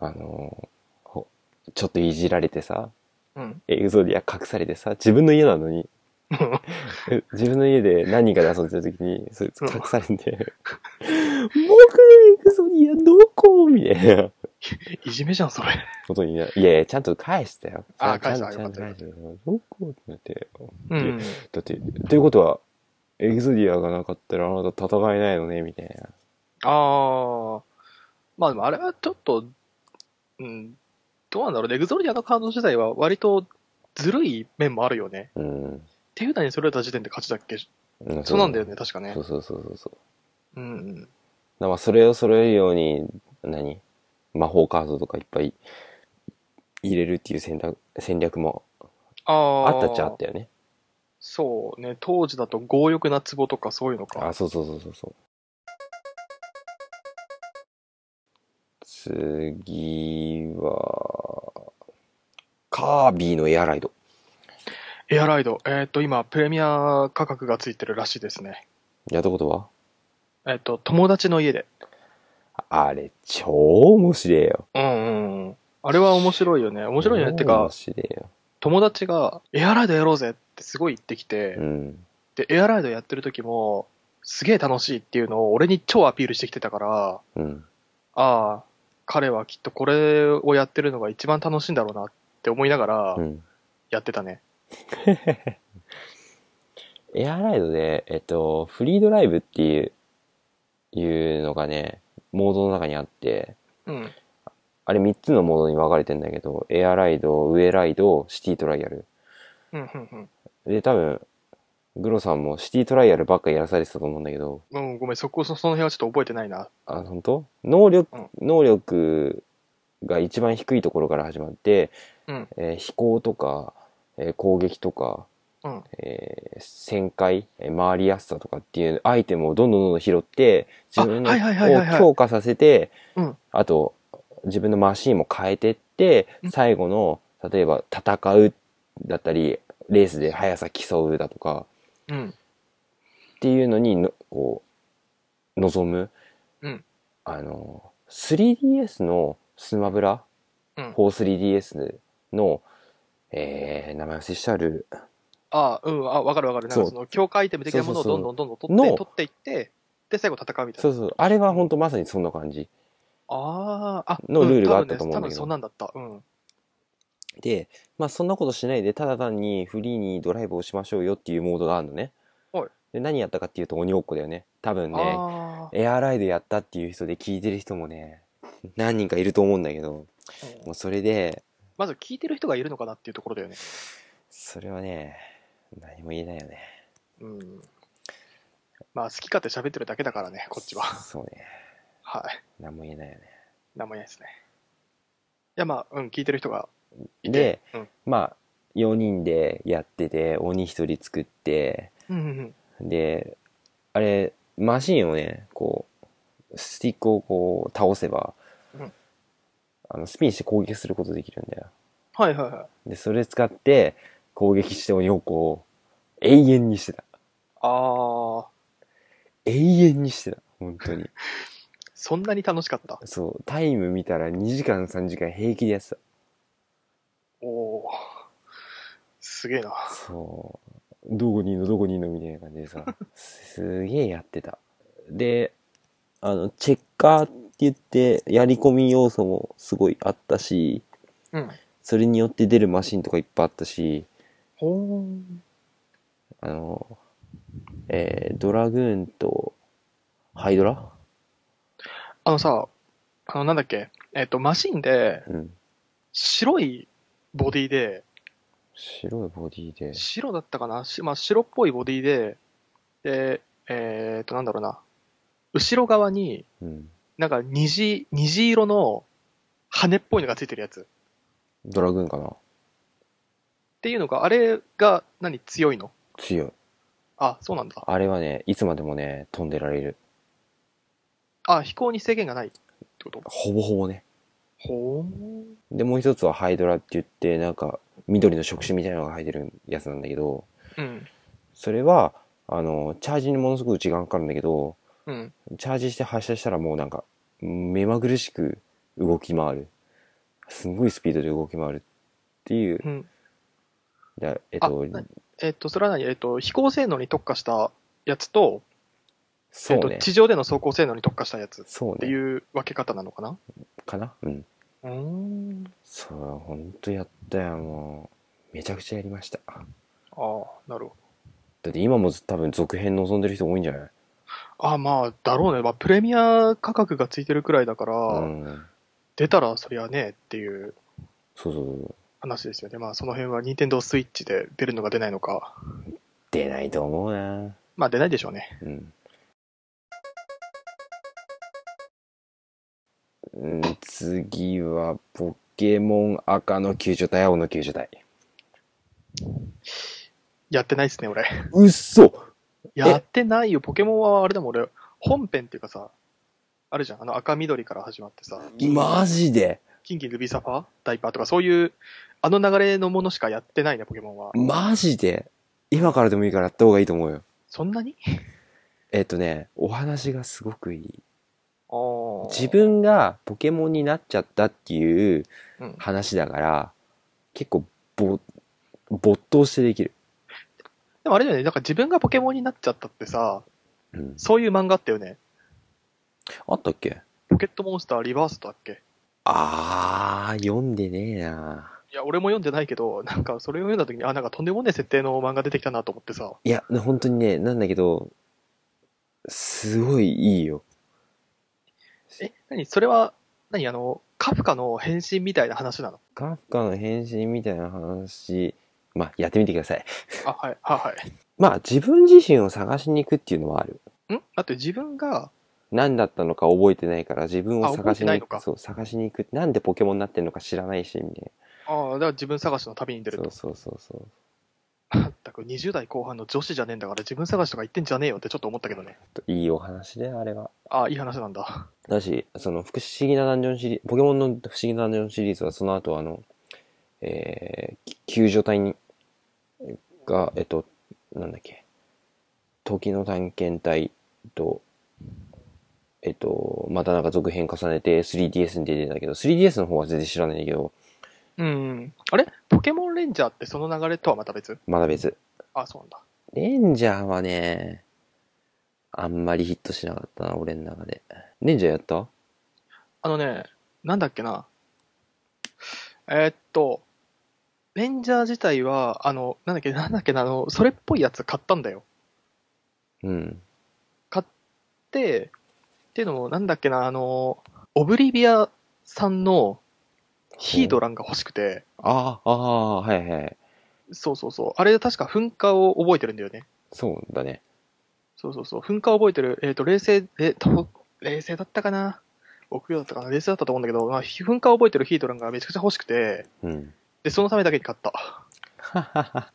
S2: あのほちょっといじられてさ
S3: うん。
S2: エグゾリア隠されてさ自分の家なのにえ自分の家で何人かで遊んでた時に、そいつ隠されて、僕エクソニアどこみたいない
S3: じめじゃん、それ。
S2: ことにな、いやいや、ちゃんと返したよ。
S3: あ返
S2: ちゃん
S3: した
S2: とちゃんと
S3: よか
S2: 返
S3: っ
S2: したよ。どこってなって。
S3: うん。
S2: だって、ということは、エグゾディアがなかったらあなた戦えないのねみたいな。
S3: ああ。まあでもあれはちょっと、うん、どうなんだろうね。エグゾリアのカード自体は割とずるい面もあるよね。
S2: うん。
S3: 手札にそれた時点で勝ちだっけ
S2: う
S3: そうなんだよね、確かね
S2: そ。うそうそうそうそう。だか
S3: うんうん。
S2: らまあ、それを揃えるように、何魔法カードとかいっぱい入れるっていう選択、戦略も
S3: ああ。
S2: あったっちゃあったよね。
S3: そうね。当時だと強欲な壺とかそういうのか。
S2: あ、そうそうそうそうそう。次は、カービィのエアライド。
S3: エアライド。えっ、と、今、プレミア価格がついてるらしいですね。
S2: やったことは
S3: えっ、と、友達の家で。
S2: あれ、超面白いよ。
S3: うんうんうん。あれは面白いよね。面白いよね。って
S2: 面
S3: か、
S2: 白いよ。
S3: 友達が、エアライドやろうぜってすごい言ってきて、
S2: うん。
S3: で、エアライドやってる時も、すげえ楽しいっていうのを俺に超アピールしてきてたから、
S2: うん。
S3: ああ、彼はきっとこれをやってるのが一番楽しいんだろうなって思いながら
S2: うん。
S3: やってたね。
S2: エアライドで、えっと、フリードライブっていう、いうのがね、モードの中にあって、
S3: うん。
S2: あれ3つのモードに分かれてんだけど、エアライド、ウエライド、シティトライアル。
S3: うん、うん、
S2: で、多分、グロさんもシティトライアルばっかやらされてたと思うんだけど、
S3: うん。うん、ごめん、そこ、そその辺はちょっと覚えてないな。
S2: あ、本当能力
S3: うん、
S2: 能力が一番低いところから始まって、
S3: うん
S2: えー飛行とか、えー攻撃とか、
S3: うん
S2: えー旋回、えー回りやすさとかっていうアイテムをどんどんどんどん拾って、自分の
S3: あはいはいはいはいはい
S2: を強化させて
S3: うん、
S2: あと、自分のマシーンも変えてって
S3: う、ん
S2: 最後の、例えば戦うだったり、レースで速さ競うだとか、
S3: うん。
S2: っていうのにのこう望む、
S3: うん
S2: あの 3DS のスマブラ、
S3: うん
S2: 43DS の、えー名前忘れしちゃる
S3: ああ、うん、あ、わかるわかる。なんか
S2: そう
S3: その境界点みたいなものを
S2: そうそう
S3: ど
S2: そうん
S3: どんどんどん取って、
S2: の
S3: 取っていって、で、最後戦うみたい
S2: そ
S3: な。
S2: うそうあれは本当まさにそんな感じ
S3: ああ、あ、
S2: の
S3: うん
S2: ルールがあったと思うんだけど
S3: 多分ね多分そんなんだった。うん。
S2: でまあそんなことしないでただ単にフリーにドライブをしましょうよっていうモードがあるのね、
S3: はい
S2: で何やったかっていうと鬼ごっこだよね多分ね
S3: ああ、
S2: エアライドやったっていう人で聞いてる人もね何人かいると思うんだけど
S3: う
S2: も
S3: ん
S2: うそれで
S3: まず聞いてる人がいるのかなっていうところだよね。
S2: それはね何も言えないよね
S3: うん。まあ、好き勝手喋ってるだけだからね、こっちは。
S2: そうね
S3: はい。
S2: 何も言えないよね
S3: なんもいないですね。いや、まあ、うん、聞いてる人がい
S2: で
S3: て。、うん
S2: まあ、4人でやってて、鬼1人作って、
S3: うんうんうん。
S2: で、あれ、マシンをね、こう、スティックをこう、倒せば、
S3: うん
S2: あの、スピンして攻撃することできるんだよ。
S3: はいはいはい。
S2: で、それ使って、攻撃して鬼をこう、永遠にしてた。
S3: あー、
S2: 永遠にしてた。本当に。
S3: そんなに楽しかった。
S2: そう、タイム見たら2時間3時間平気でやってた。
S3: おー。すげえな。
S2: そう。どこにいんのどこにいんのみたいな感じでさ、すげえやってた。で、あの、チェッカーって言って、やり込み要素もすごいあったし、
S3: うん。
S2: それによって出るマシンとかいっぱいあったし、
S3: ほー。
S2: あの、えードラグーンと、ハイドラ
S3: あのさ、あの、なんだっけ、えっ、と、マシンで、
S2: うん。
S3: 白いボディで、
S2: 白いボディで、
S3: 白だったかな、しまあ、白っぽいボディで、で、えっ、と、なんだろうな、後ろ側に、
S2: うん。
S3: なんか虹、虹色の羽っぽいのがついてるやつ。っ
S2: ドラグーンかな
S3: ていうのが、あれが、何、強いの
S2: 強い。
S3: あ、そうなんだ。
S2: あれはね、いつまでもね、飛んでられる。
S3: あ、飛行に制限がないってこと
S2: ほぼほぼね。
S3: ほー。
S2: で、もう一つはハイドラって言って、なんか、緑の触手みたいなのが入ってるやつなんだけど、
S3: うん。
S2: それは、あの、チャージにものすごく時間かかるんだけど、
S3: うん。
S2: チャージして発射したらもうなんか、目まぐるしく動き回る。すんごいスピードで動き回るっていう、
S3: うん。
S2: だえっ
S3: あ、
S2: と、
S3: なえっ、と、それは何えっ、と、飛行性能に特化したやつと、
S2: そう
S3: えっ
S2: ね
S3: と、。地上での走行性能に特化したやつっ
S2: そう
S3: て
S2: ね。
S3: いう分け方なのかな
S2: かなうん。
S3: うーん。
S2: それはほんとやったよ、もう。めちゃくちゃやりました。
S3: ああ、なるほど。
S2: だって今もず多分続編望んでる人多いんじゃない
S3: ああ、まあ、だろうね。まあ、プレミア価格がついてるくらいだから、
S2: うん。
S3: 出たらそりゃね、っていう
S2: そうそうそう。
S3: 話ですよね。まあ、その辺は任天堂スイッチで出るのか出ないのか。
S2: 出ないと思うな
S3: まあ、出ないでしょうね。
S2: うん。うん次は、ポケモン赤の救助隊、青の救助隊。
S3: やってないっす ね、俺。
S2: うっそ
S3: やってないよ。ポケモンはあれでも俺、本編っていうかさ、あるじゃん。あの赤緑から始まってさ、
S2: マジで
S3: キンキンルビーサファーダイパーとかそういう、あの流れのものしかやってないね、ポケモンは。
S2: マジで今からでもいいからやった方がいいと思うよ。
S3: そんなに
S2: えっとね、お話がすごくいい。
S3: ああ。
S2: 自分がポケモンになっちゃったっていう
S3: うん
S2: 話だから、結構ぼ、没頭してできる。
S3: でもあれだよね、なんか自分がポケモンになっちゃったってさ、
S2: うん。
S3: そういう漫画あったよね。
S2: あったっけ
S3: ポケットモンスターリバースだっけ
S2: あー、読んでねえない
S3: や、俺も読んでないけど、なんかそれを読んだ時に、あ、なんかとんでもねえ設定の漫画出てきたなと思ってさ。
S2: いや、ね本当にね、なんだけど、すごいいいよ。
S3: え、何それは、何あの、カフカの変身みたいな話なの
S2: カフカの変身みたいな話、まあ、やってみてください。
S3: あ、はい、はい、はい
S2: まあ、自分自身を探しに行くっていうのはある。。
S3: んだって自分が、
S2: 何だったのか覚えてないから、自分
S3: あ
S2: を探しに
S3: 覚えてない
S2: 行
S3: の
S2: く。
S3: か
S2: そう、探しに行く。なんでポケモンになってんのか知らないし、みたい
S3: ああ、だから自分探しの旅に出る
S2: な。
S3: と。
S2: そうそうそうそう。
S3: 全く20代後半の女子じゃねえんだから自分探しとか言ってんじゃねえよってちょっと思ったけどね。
S2: といいお話で、あれは。
S3: ああ、いい話なんだ。
S2: だし、その、不思議なダンジョンシリーズ、ポケモンの不思議なダンジョンシリーズは、その後、あの、えー、き救助隊に、が、えっと、なんだっけ、時の探検隊と、えっと、またなんか続編重ねて 3DS に出てたけど、3DS の方は全然知らないんだけど、
S3: うん。あれポケモンレンジャーってその流れとはまた別
S2: まだ別。
S3: ああ、そうなんだ。
S2: レンジャーはね、あんまりヒットしなかったな、俺の中で。レンジャーやった
S3: あのね、なんだっけな。えーっと、レンジャー自体は、あの、なんだっけ、なんだっけな、あの、それっぽいやつ買ったんだよ。
S2: うん。
S3: で、っていうのも、なんだっけな、あの、オブリビアさんのヒードランが欲しくて、
S2: ああ、ああ、はいはい。
S3: そうそうそう、あれ確か噴火を覚えてるんだよね。
S2: そうだね。
S3: そうそうそう、噴火を覚えてる、えっ、と、冷静、えっ、と、冷静だったかな。僕だったかな、冷静だったと思うんだけど、まあ、噴火を覚えてるヒートランがめちゃくちゃ欲しくて、
S2: うん。
S3: で、そのためだけに買った。
S2: ははは。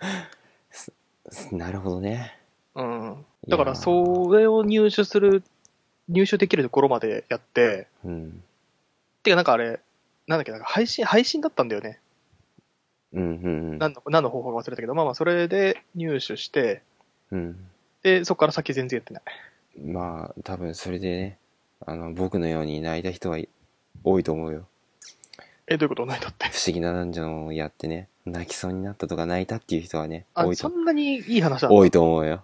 S2: すす なるほどね。
S3: うん。だか
S2: いやー
S3: ら、それを入手する、入手できるところまでやって、
S2: うん。
S3: てかなんかあれ、なんだっけ、なんか配信、配信だったんだよね。
S2: うん、うん、
S3: 何の、何の方法か忘れたけど、まあまあ、それで入手して、
S2: うん。
S3: で、そこから先全然やってない。
S2: うん。まあ、多分それでね、あの、僕のように泣いた人はい多いと思うよ。
S3: え、どういうことないだ って。
S2: 不思議な男女をやってね、泣きそうになったとか泣いたっていう人はね、
S3: あ
S2: 多、い
S3: そ
S2: と、
S3: んなにいい話なんだ。
S2: 多いと思うよ。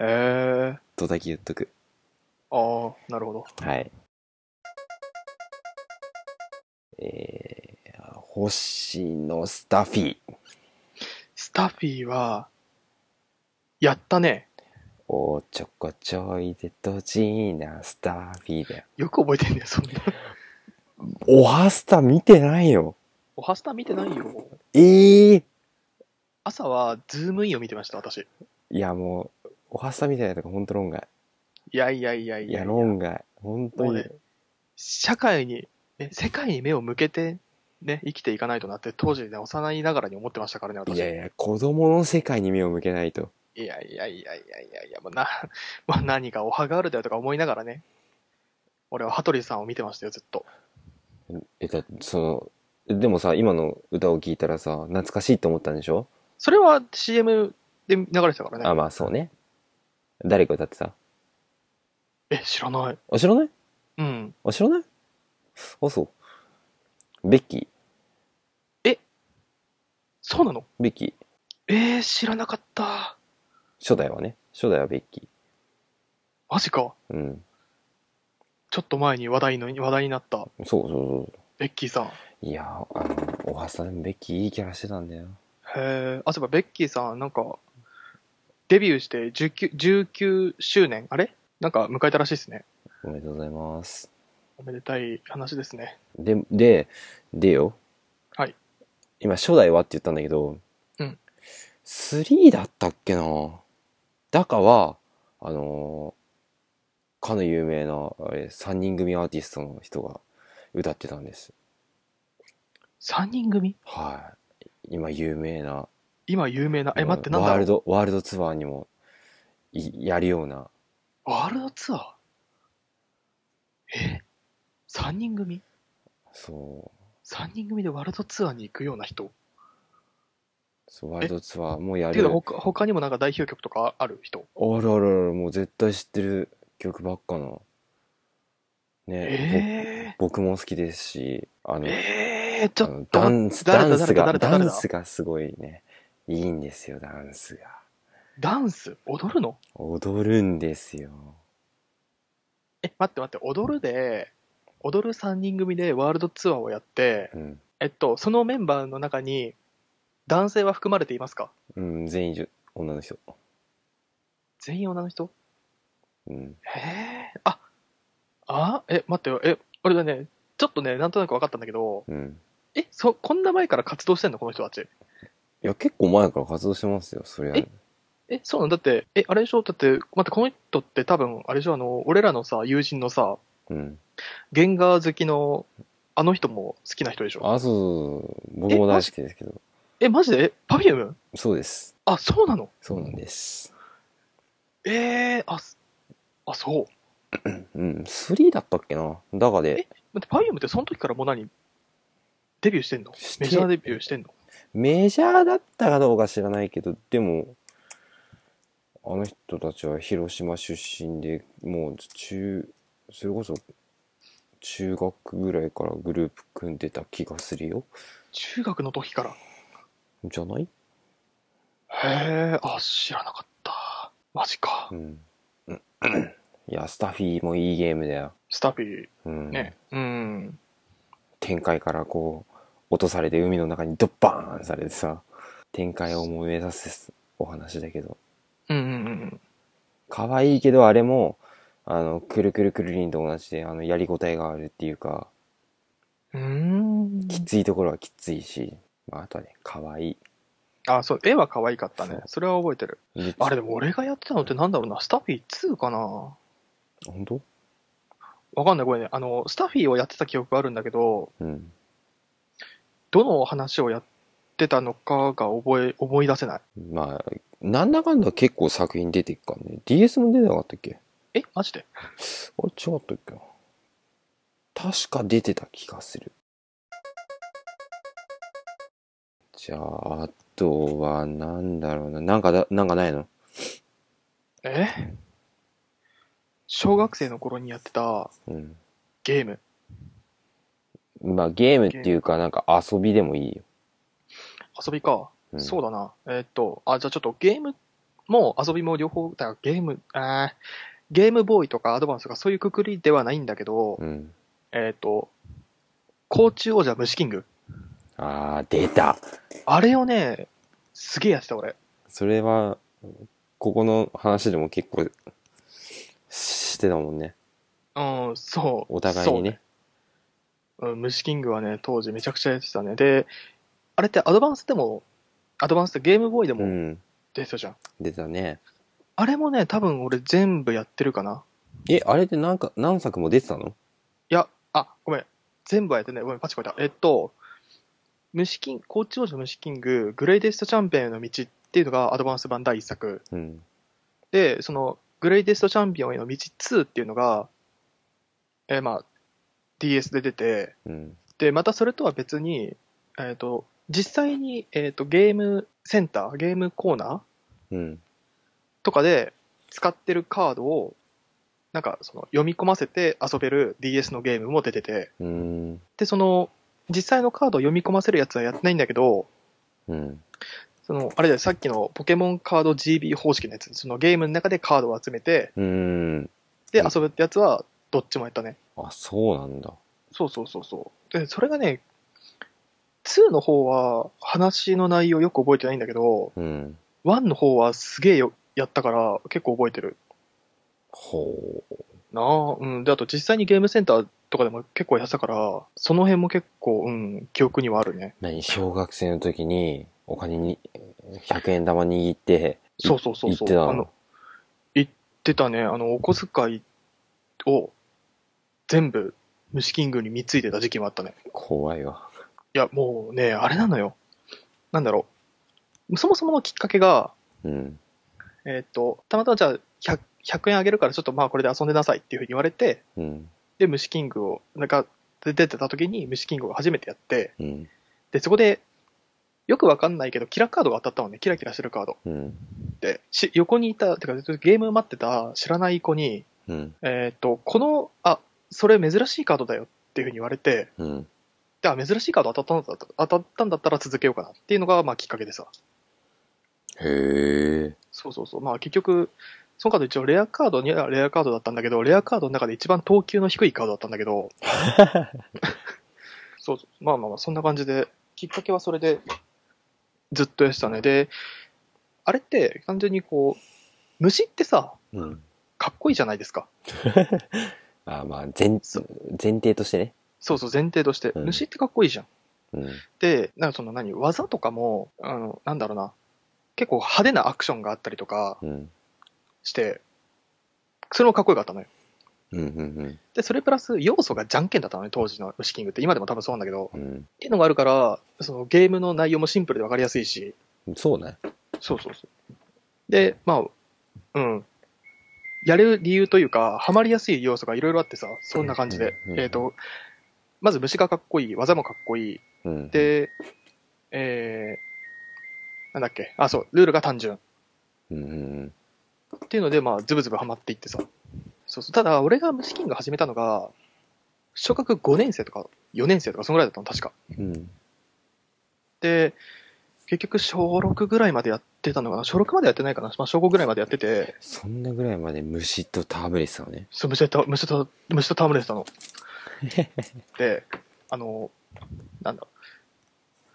S3: へー。
S2: とだけ言っとく。
S3: ああ、なるほど。
S2: はい。えー、星野スタフィー。
S3: スタフィーは、やったね。
S2: おちょこちょいでとじーなスタフィーだよ。
S3: よく覚えてんねそんな。
S2: おはスタ見てないよ。
S3: おはスタ見てないよ。
S2: ええー。
S3: 朝は、ズームインを見てました、私。
S2: いやもう、おはスタみたいなとこほんと論外。
S3: いやいやいやい
S2: いや、
S3: や。
S2: 論外。ほんと
S3: もう
S2: に
S3: ね。社会に、ね、世界に目を向けて、ね、生きていかないとなって、当時ね、幼いながらに思ってましたからね、
S2: い
S3: 私。いや
S2: や
S3: い
S2: いや、子供の世界に目を向けないと。
S3: やいやいやいやいや、もうな、 もう何かおはがあるだよとか思いながらね。俺は羽鳥さんを見てましたよ、ずっと。
S2: え、だその、でもさ、今の歌を聴いたらさ、懐かしいって思ったんでしょ、
S3: それは CM で流れてたから
S2: あ、
S3: ね。
S2: まあそうね。誰が歌ってた
S3: え、知らない。
S2: あ、知らない
S3: うん。
S2: あ、知らないあ、そう。ベッキー。
S3: そうなの
S2: ベッキー。
S3: えー、知らなかった。
S2: 初代はね。初代はベッキ
S3: マジか。
S2: ー。うん。
S3: ちょっと前に話題の話題になった、
S2: そうそうそう。
S3: ベッキーさん。へ
S2: いや、あの、おはさん、ベッキーいいキャラしてたんだよ。
S3: え。あ、そういえば、ベッキーさん、なんか、デビューして 19, 19周年、あれなんか迎えたらしいですね。
S2: おめでとうございます。
S3: おめでたい話ですね。
S2: で、で、でよ。
S3: はい。
S2: 今、初代はって言ったんだけど、
S3: うん。
S2: 3だったっけなだかは、あのーかの有名な、あれ、3人組アーティストの人が歌ってたんです。
S3: 3人組
S2: はい。今、有名な、
S3: 今有名な、え、待って、なんだ
S2: ワー
S3: ろ
S2: ル
S3: う
S2: ド、ワールドツアーにも、いやるような、
S3: ワールドツアーえ ?3 人組
S2: そう、
S3: ?3 人組でワールドツアーに行くような人
S2: そうワールドツアーもや
S3: て
S2: る。
S3: いうか、
S2: あ
S3: ほか他にもなんか代表曲とかある人
S2: るあるある、もう絶対知ってる曲ばっかな。ね、
S3: え
S2: ぼ僕も好きですし、あ
S3: ー、
S2: の、
S3: えー、ちょ
S2: あ
S3: っ
S2: の
S3: と
S2: ダンス、ダ
S3: 誰だ
S2: ンスが、
S3: 誰だ
S2: ダ
S3: 誰だ誰だ
S2: ンスがすごいね、いいんですよ、ダンスが。
S3: ダンス踊るの
S2: 踊るんですよ。
S3: え、待って待って、踊るで、踊る3人組でワールドツアーをやって、
S2: うん。
S3: えっと、そのメンバーの中に、男性は含まれていますか
S2: うん、全員女女の人。
S3: 全員女の人
S2: うん。
S3: へえ、あ、あ、え、待ってよ、え、俺だね、ちょっとね、なんとなく分かったんだけど、
S2: うん。
S3: え、そ、こんな前から活動してんのこの人たち。
S2: いや、結構前から活動してますよ、そりゃ。
S3: ええ、そうなのだって、え、あれでしょだって、待って、この人って多分、あれでしょあの、俺らのさ、友人のさ、
S2: うん。
S3: ゲンガー好きの、あの人も好きな人でしょ
S2: あ、そうそうそう。僕も大好きですけど。
S3: え、マジでえ、パフューム
S2: そうです。
S3: あ、そうなの
S2: そうなんです。
S3: ええあ、すあ、そう。
S2: うん、3だったっけな。だがで、
S3: だって、パイウムってその時からもう何デビューしてんの
S2: して
S3: メジャーデビューしてんの
S2: メジャーだったかどうか知らないけど、でも、あの人たちは広島出身で、もう中、それこそ、中学ぐらいからグループ組んでた気がするよ。
S3: 中学の時から。
S2: じゃない
S3: へえ、あ、知らなかった。マジか
S2: う。ん。うんいや、スタフィーもいいゲームだよ。
S3: スタビ
S2: うん。
S3: ーね。うん。
S2: 展開からこう落とされて海の中にドッバーンされてさ展開を思い目指すお話だけど
S3: うんうんうん。
S2: 可愛いけどあれもあのくるくるくるりんと同じであのやりごたえがあるっていうか
S3: うん。うーん
S2: きついところはきついし、まあ、あとはね可愛い
S3: あ、そう、絵は可愛かった
S2: そう
S3: ね。それは覚えてる。
S2: で
S3: あれ、でも俺がやってたのってなんだろうな。スタビー2かな。
S2: 本当
S3: わかんない、これね。あの、スタッフィーをやってた記憶があるんだけど、
S2: うん。
S3: どの話をやってたのかが覚え、思い出せない。
S2: まあ、なんだかんだ結構作品出てっからね。DS も出てなかったっけ
S3: え、マジで
S2: あれ違ったっけな確か出てた気がする。じゃあ、あとは、なんだろうな。なんかだ、なんかないの
S3: え小学生の頃にやってた
S2: うん。
S3: ゲーム。
S2: まあ、ゲームっていうか、なんか遊びでもいいよ。
S3: 遊びか。
S2: うん、
S3: そうだな。えーっと、あ、じゃあちょっとゲームも遊びも両方、だからゲーム、あーゲームボーイとかアドバンスとかそういうくくりではないんだけど、
S2: うん。
S3: えーっと、甲虫王者虫キング。
S2: あー、出た。
S3: あれをね、すげえやってた俺。
S2: それは、ここの話でも結構、してたもんね。
S3: うん、そう。
S2: お互いにね。
S3: そう。うん、虫キングはね、当時めちゃくちゃやってたね。で、あれってアドバンスでも、アドバンスってゲームボーイで
S2: う
S3: も
S2: ん。
S3: 出てたじゃん。
S2: 出たね。
S3: あれもね、多分俺全部やってるかな。
S2: え、あれってなんか、何作も出てたの
S3: いや、あ、ごめん。全部はやってない。ごめん、パチコいた。えっと、虫キング、高知王子の虫キング、グレイテストチャンピオンへの道っていうのがアドバンス版第1作。
S2: うん。
S3: で、その、グレイテストチャンピオンへの道2っていうのが、えーまあ、DS で出て、
S2: うん。
S3: で、またそれとは別に、えっ、と、実際に、えっ、と、ゲームセンター、ゲームコーナー
S2: うん。
S3: とかで使ってるカードを、なんか、その、読み込ませて遊べる DS のゲームも出てて、
S2: うん。
S3: で、その、実際のカードを読み込ませるやつはやってないんだけど、
S2: うん。
S3: その、あれだよ、さっきのポケモンカード GB 方式のやつ、そのゲームの中でカードを集めて、
S2: うん。
S3: で、
S2: うん
S3: 遊ぶってやつは、どっちもやったね。
S2: あ、そうなんだ。
S3: そうそうそうそう。で、それがね、2の方は、話の内容よく覚えてないんだけど、
S2: うん。
S3: 1の方はすげえよ、やったから、結構覚えてる。
S2: ほう。
S3: なあ、うん。で、あと実際にゲームセンターとかでも結構やってたから、その辺も結構、うん、記憶にはあるね。
S2: 何小学生の時に、お金に、100円玉握って、
S3: そうそうそう
S2: 行って
S3: そ
S2: た
S3: う。あの
S2: の。
S3: 言ってたね、あの、お小遣いを全部虫キングに貢いでた時期もあったね。
S2: 怖いわ。
S3: いや、もうね、あれなのよ。なんだろう。そもそものきっかけが、
S2: うん。
S3: えーっと、たまたまじゃあ 100, 100円あげるからちょっとまあこれで遊んでなさいっていうふうに言われて、
S2: うん。
S3: で、虫キングを、なんか、で出てた時に虫キングを初めてやって、
S2: うん。
S3: で、そこで、よくわかんないけど、キラカードが当たったのね、キラキラしてるカード。
S2: うん。
S3: で、し横にいた、てか、ゲーム待ってた知らない子に、
S2: うん。
S3: えっ、と、この、あ、それ珍しいカードだよっていうふうに言われて、
S2: うん。
S3: で、あ、珍しいカード当たったんだった当たったんだったら続けようかなっていうのが、まあ、きっかけでさ。
S2: へえ。
S3: そうそうそう。まあ、結局、そのカード一応レアカードにはレアカードだったんだけど、レアカードの中で一番等級の低いカードだったんだ けど、そうそう。まあまあまあ、そんな感じで、きっかけはそれで、ずっとやってたね。で、あれって、完全にこう、虫ってさ、
S2: うん。
S3: かっこいいじゃないですか。
S2: あ、まあ、前、前
S3: そう
S2: 提としてね。
S3: そうそう、前提として。
S2: うん
S3: 虫ってかっこいいじゃん。
S2: うん。
S3: で、なんかその何、技とかも、あの、なんだろうな、結構派手なアクションがあったりとか
S2: うん。
S3: して、それもかっこよかったのよ。
S2: うん。うん。
S3: で、それプラス要素がじゃんけんだったのね、当時のウシキングって。今でも多分そうなんだけど。
S2: う
S3: っ
S2: ん。
S3: ていうのがあるから、そのゲームの内容もシンプルでわかりやすいし、
S2: うん。そうね。
S3: そうそうそう。で、まあ、うん。やれる理由というか、ハマりやすい要素がいろいろあってさ、そんな感じ
S2: う
S3: で。
S2: んうんうん
S3: えっ、と、まず虫がかっこいい、技もかっこいい、
S2: うん。、
S3: で、えー、なんだっけ、あ、そう、ルールが単純っ
S2: うん。うん。
S3: ていうので、まあ、ズブズブハマっていってさ。そうそう、ただ、俺が虫キング始めたのが、小学5年生とか4年生とか、そのぐらいだったの、確か。
S2: うん。
S3: で、結局、小6ぐらいまでやってたのかな、小6までやってないかな、まあ、小5ぐらいまでやってて、
S2: そんなぐらいまで虫と戯れてたのね。
S3: そう虫と、虫と、虫と戯れてたの。で、あの、なんだろ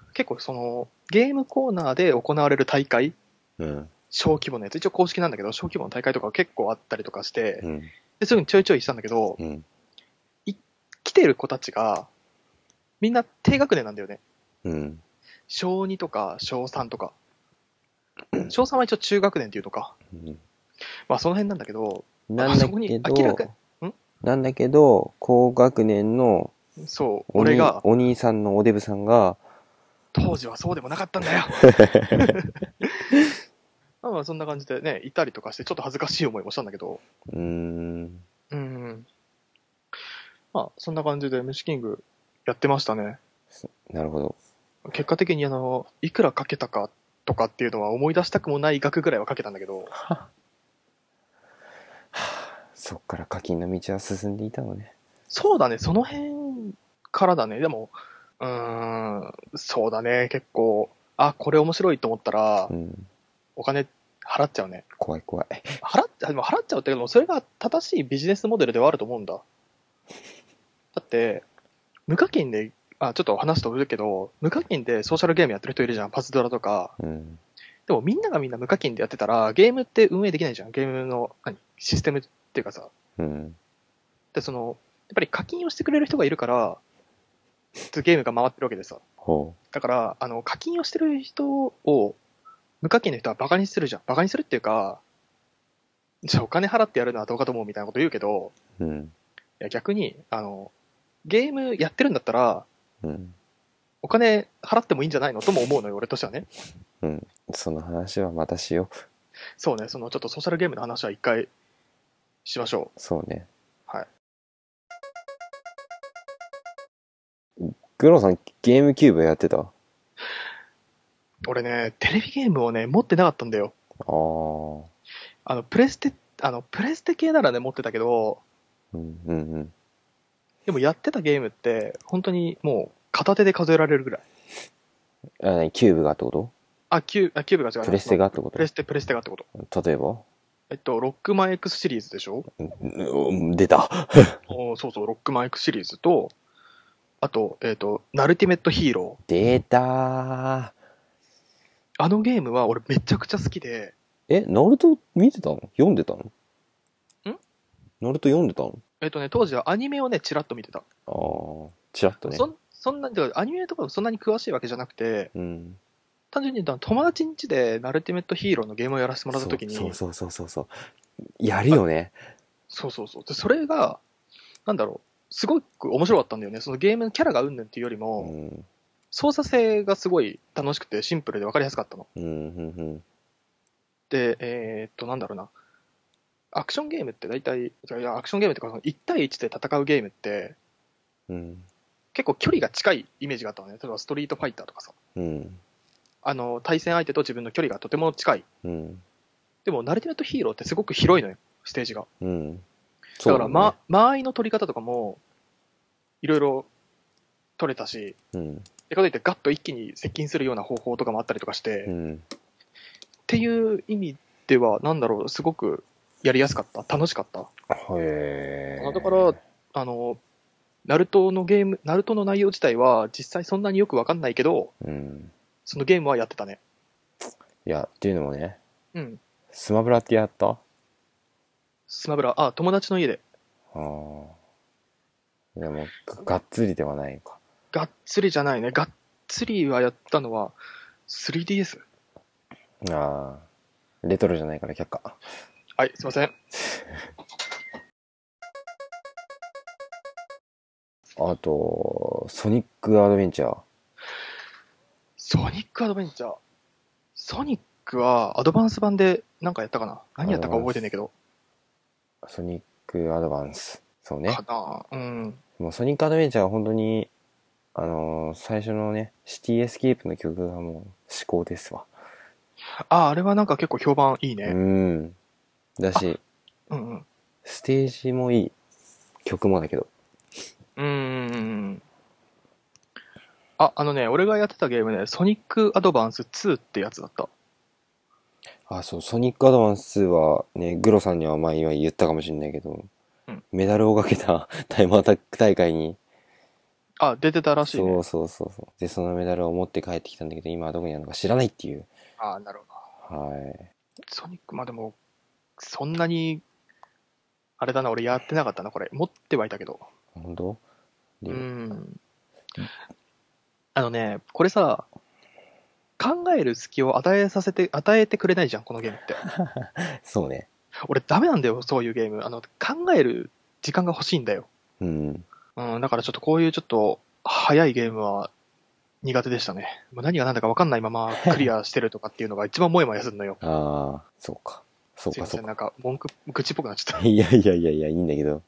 S3: う結構、その、ゲームコーナーで行われる大会
S2: うん。
S3: 小規模のやつ、一応公式なんだけど、小規模の大会とか結構あったりとかして
S2: う、ん。
S3: で、すぐにちょいちょいしたんだけど、
S2: うん。
S3: 来てる子たちが、みんな低学年なんだよね。
S2: うん。
S3: 小2とか小3とか。小3は一応中学年っていうのか。
S2: うん。
S3: まあその辺なんだけど、
S2: なんだ
S3: あそこに
S2: け
S3: 明らか
S2: ど
S3: にん、
S2: なんだけど、高学年の
S3: そう、
S2: お
S3: 俺
S2: 兄
S3: が、
S2: お兄さんのおデブさんが、
S3: 当時はそうでもなかったんだよ。 まあまあそんな感じでね、いたりとかして、ちょっと恥ずかしい思いもしたんだけど、
S2: うーん、
S3: うん。まあ、そんな感じで、虫キングやってましたね。
S2: なるほど。
S3: 結果的に、あの、いくらかけたかとかっていうのは思い出したくもない額ぐらいはかけたんだけど、
S2: そっから課金の道は進んでいたのね。
S3: そうだね、その辺からだね。でも、うーん、そうだね、結構、あ、これ面白いと思ったら
S2: う、ん、
S3: お金払っちゃうね。
S2: 怖い怖い。
S3: 払っちゃ、でも払っちゃうってけども、それが正しいビジネスモデルではあると思うんだ。だって、無課金で、あ、ちょっと話飛ぶけど、無課金でソーシャルゲームやってる人いるじゃん、パズドラとか。
S2: うん、
S3: でもみんながみんな無課金でやってたら、ゲームって運営できないじゃん。ゲームの、何システムっていうかさ。
S2: うん、
S3: で、その、やっぱり課金をしてくれる人がいるから、ゲームが回ってるわけでさ。
S2: ほ
S3: だから、あの、課金をしてる人を、無課金の人はバカにするじゃん。バカにするっていうか、じゃあお金払ってやるのはどうかと思うみたいなこと言うけど、
S2: う。うん、
S3: いや逆に、あの、ゲームやってるんだったら、
S2: うん。
S3: お金払ってもいいんじゃないのとも思うのよ、俺としてはね。
S2: その話はまたしよ
S3: そうね、そのちょっとソーシャルゲームの話は一回しましょ
S2: う。そうね。
S3: はい。
S2: グローさん、ゲームキューブやってたあ
S3: う。俺ね、テレビゲームをね、持ってなかったんだよ。
S2: あ。
S3: あの、プレステ、あの、プレステ系ならね、持ってたけど、
S2: うんうんうん。
S3: でもやってたゲームって、本当にもう片手で数えられるぐらい。
S2: あ何キューブがってこと
S3: あ、キューあキューブが違うな
S2: プレステがってこ
S3: プレステ、プレステがってこ
S2: と
S3: と。
S2: 例えば
S3: えっと、ロックマン X シリーズでしょ
S2: うん出た。
S3: おーそうそう、ロックマン X シリーズと、あと、えっと、ナルティメットヒーロー。
S2: 出たー
S3: あのゲームは俺めちゃくちゃ好きで、
S2: え、ナルト見てたの読んでたの
S3: ん
S2: ナルト読んでたの
S3: えっとね、当時はアニメをね、ちらっと見てた。
S2: ああ、ちらっとね。
S3: そんそんなに、だからアニメとかそんなに詳しいわけじゃなくて、
S2: うん。
S3: 単純に友達ん家でナルティメットヒーローのゲームをやらせてもらった時に、
S2: そうそうそうそうそう。やるよね。
S3: そうそうそう。で、それが、なんだろう、すごく面白かったんだよね。そのゲームのキャラがうんぬんっていうより
S2: う
S3: も、
S2: ん。
S3: 操作性がすごい楽しくてシンプルで分かりやすかったの。
S2: うん、うん、
S3: で、えーっと、なんだろうな。アクションゲームって大体、いや、アクションゲームっていうか、その1対1で戦うゲームって、
S2: うん。うん。
S3: 結構距離が近いイメージがあったのね。例えば、ストリートファイターとかさ。
S2: うん。
S3: あの、対戦相手と自分の距離がとても近い。
S2: うん。
S3: でも、ナルティメットヒーローってすごく広いのよ、ステージが。
S2: うん。
S3: だ
S2: そうだ
S3: から、
S2: ね
S3: ま、間合いの取り方とかも、いろいろ取れたし、
S2: うん。
S3: でかといってガッと一気に接近するような方法とかもあったりとかして、
S2: う
S3: っ
S2: ん。
S3: ていう意味では、なんだろう、すごくやりやすかった。楽しかった。
S2: へえ。
S3: だから、あの、ナルトのゲーム、ナルトの内容自体は実際そんなによくわかんないけど、
S2: うん。
S3: そのゲームはやってたね。
S2: いや、っていうのもね、
S3: うん。
S2: スマブラってやったあ
S3: スマブラ、あ、友達の家で、
S2: あー。でも、ががっつりではないか。
S3: がっつりじゃないね。がっつりはやったのは 3DS?
S2: ああ。レトロじゃないから却下。
S3: はい、すいません。
S2: あと、ソニックアドベンチャー。
S3: ソニックアドベンチャー。ソニックはアドバンス版で何かやったかな何やったか覚えてんだけど。
S2: ソニックアドバンス。そうね。
S3: かなうん。
S2: もうソニックアドベンチャーは本当に、あのー最初のね、シティエスケープの曲がもう至高ですわ。
S3: あ、あれはなんか結構評判いいうね。
S2: ん。だし、
S3: うんうん。
S2: ステージもいい。曲もだけど。
S3: うんうんうんうん。あ、あのね、俺がやってたゲームね、ソニックアドバンス2ってやつだった。
S2: あ、そう、ソニックアドバンスはね、グロさんには前今言ったかもしれないけど、
S3: うん
S2: メダルをかけた タイムアタック大会に、
S3: あ、出てたらしい、ね。
S2: そうそうそうそう。で、そのメダルを持って帰ってきたんだけど、今はどこにあるのか知らないっていう。
S3: あなるほど。
S2: はい。
S3: ソニック、まあでも、そんなに、あれだな、俺やってなかったな、これ。持ってはいたけど。
S2: 本当
S3: う
S2: で、
S3: ん。あのね、これさ、考える隙を与えさせて、与えてくれないじゃん、このゲームって。
S2: そうね。
S3: 俺ダメなんだよ、そういうゲーム。あの、考える時間が欲しいんだよ。
S2: うん。
S3: うん、だからちょっとこういうちょっと、早いゲームは苦手でしたね。まあ何が何だか分かんないままクリアしてるとかっていうのが一番もやもやするのよ。
S2: ああ、そうか。 そう
S3: すいま
S2: か、
S3: せ、
S2: そうんか。
S3: なんか文句、愚痴っぽくなっちゃっ た。
S2: いやいやいやいや、いいんだけど。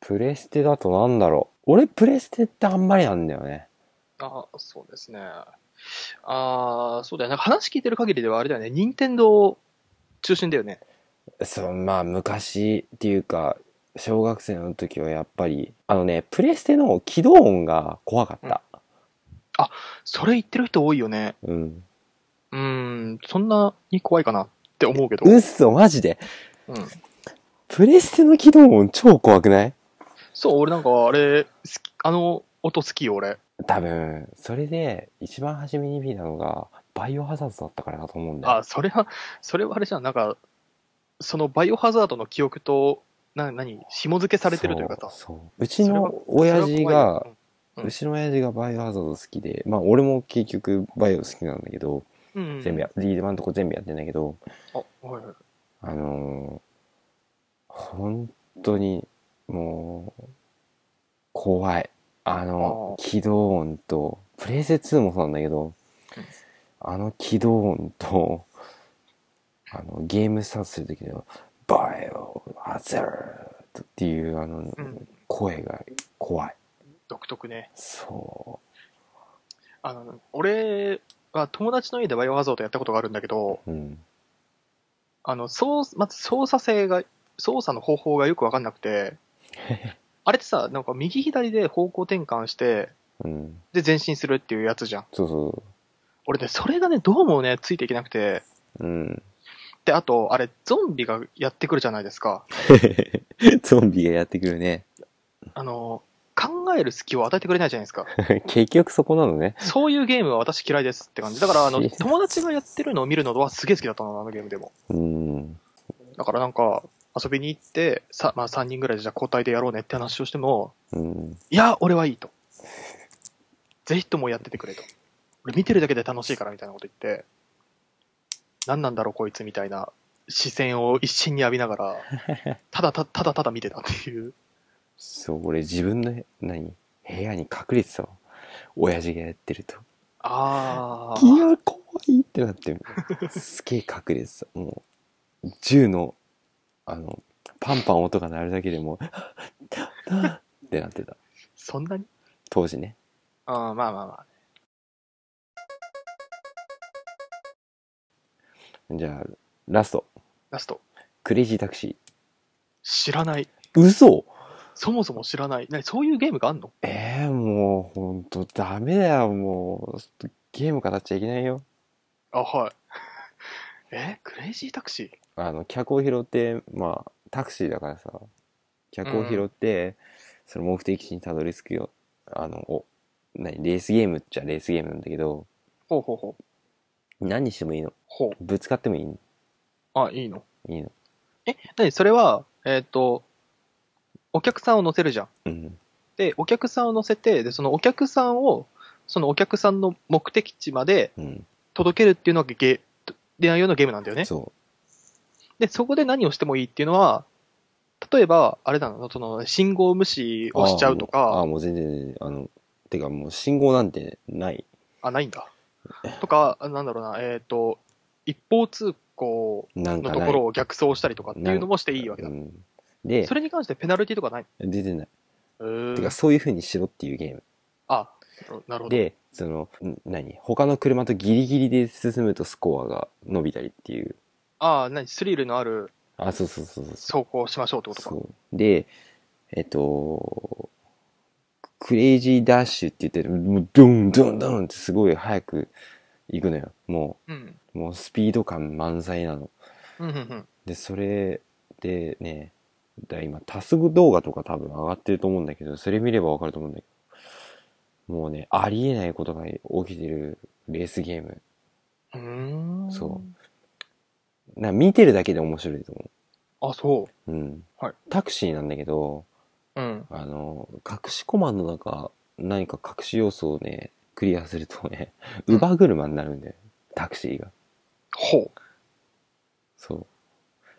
S2: プレステだとなんだろう。俺、プレステってあんまりなんだよね。
S3: あそうですね。あーそうだよ。なんか話聞いてる限りではあれだよね。任天堂中心だよね。
S2: そう、まあ、昔っていうか、小学生の時はやっぱり、あのね、プレステの起動音が怖かった。
S3: それ言ってる人多いよね。
S2: うん。
S3: うーん、そんなに怖いかなって思うけど。
S2: うっそ、マジで。
S3: うん。
S2: プレステの起動音超怖くない
S3: そう、俺なんかあれ、好きあの音好きよ、俺。
S2: 多分、それで、一番初めに見たのが、バイオハザードだったからだと思うんだよ。
S3: あ、それは、それはあれじゃん。なんか、そのバイオハザードの記憶と、な、何紐付けされてるというかさ。
S2: そうそううちの親父
S3: それは怖
S2: が
S3: いよ、うん
S2: うちの親父がバイオハザード好きで、まあ俺も結局バイオ好きなんだけど、
S3: うんうん、
S2: 全部や、今のとこ全部やってんだけど、
S3: あ、はいはい。
S2: あのー本当に、もう、怖い。あの、
S3: あ
S2: 起動音と、プレイセ2もそうなんだけど
S3: うん、
S2: あの起動音と、あの、ゲームスタートするときの、バイオハザードっていう、あの、
S3: ん
S2: 声が怖い。
S3: 独特ね。
S2: そ
S3: あの、俺は友達の家でバイオハザードやったことがあるんだけど、
S2: う。うん。
S3: あの、操、まず操作性が、操作の方法がよくわかんなく て、あれってさ、なんか右左で方向転換して、
S2: うん。
S3: で前進するっていうやつじゃん。
S2: そうそ
S3: 俺ね、それがね、どうもね、ついていけなくて、
S2: う。うん。
S3: で、あと、あれ、ゾンビがやってくるじゃないですか。
S2: ゾンビがやってくるね。
S3: あの、考える隙を与えてくれないじゃないですか。
S2: 結局そこなのね。
S3: そういうゲームは私嫌いですって感じ。だから、あの、友達がやってるのを見るのはすげえ好きだったの、あのゲームでも。
S2: うん。
S3: だからなんか、遊びに行って、さ、まあ3人ぐらいでじゃあ交代でやろうねって話をしても、
S2: うん。
S3: いや、俺はいいと。ぜひともやっててくれと。俺見てるだけで楽しいからみたいなこと言って、何なんだろうこいつみたいな視線を一心に浴びながら、ただたただただ見てたっていう。
S2: そう、俺自分の、何部屋に隠れてたわ。親父がやってると。
S3: あ
S2: い
S3: あ。
S2: や、怖いってなって。すげえ隠れてた。もう、銃の、あの、パンパン音が鳴るだけでも う、ってなってた。
S3: そんなに
S2: 当時ね。
S3: ああ、まあまあまあ。
S2: じゃあ、ラスト。
S3: ラスト。
S2: クレイジータクシ
S3: 知らない。
S2: ー。嘘
S3: そもそも知らない。なにそういうゲームがあんの
S2: ええもう、ほんと、ダメだよ、もう。ゲーム語っちゃいけないよ。
S3: あ、はい。 えクレイジータクシー
S2: あの、客を拾って、まあ、タクシーだからさ、客を拾って、その目的地にたどり着くよ。あの、お、何、レースゲームっちゃレースゲームなんだけど、
S3: ほうほうほう。
S2: 何にしてもいいの
S3: ほ
S2: ぶつかってもいいの
S3: う。あ、いいの。
S2: いいの
S3: え、なにそれは、えっ、と、お客さんを乗せるじゃん。
S2: うん。
S3: で、お客さんを乗せて、で、そのお客さんを、そのお客さんの目的地まで
S2: うん。
S3: 届けるっていうのがゲ、出会い用のゲームなんだよね。
S2: そ
S3: で、そこで何をしてもいいっていうのは、例えば、あれなの、その、信号無視
S2: う。
S3: をしちゃうと
S2: あーもうあ
S3: か、
S2: ー、もう全然全然、あの、てかもう信号なんてない。
S3: あないんだ。とか、あなんだろうな、えっ、と、一方通行
S2: なん
S3: の
S2: か
S3: と
S2: ない。
S3: ころを逆走したりとかっていうのもしていいわけだ
S2: う。ん。で
S3: そ、れに関してペナルティとかない
S2: 出てない。
S3: うー
S2: てか、そういう風にしろっていうゲーム。
S3: あ、なるほど。
S2: で、その、ん何他の車とギリギリで進むとスコアが伸びたりっていう。
S3: ああ、何スリルのある
S2: あ、そうそうそうそうそう。
S3: 走行をしましょうってことか。
S2: そうで、えっと、クレイジーダッシュって言って、もうドンドンドンってすごい早く行くのよ。も
S3: うん。
S2: う、もうスピード感満載なの。
S3: うん、うん、うん。
S2: で、それでね、だ今、タスク動画とか多分上がってると思うんだけど、それ見ればわかると思うんだけど、もうね、ありえないことが起きてるレースゲーム。
S3: うーん
S2: そな見てるだけで面白いと思。
S3: あ、そう
S2: うん。
S3: はい
S2: タクシーなんだけど、
S3: う。うん。
S2: あの、隠しコマンドなんか、何か隠し要素をね、クリアするとね、乳母車になるんだよ。タクシーが。
S3: ほう。
S2: そう。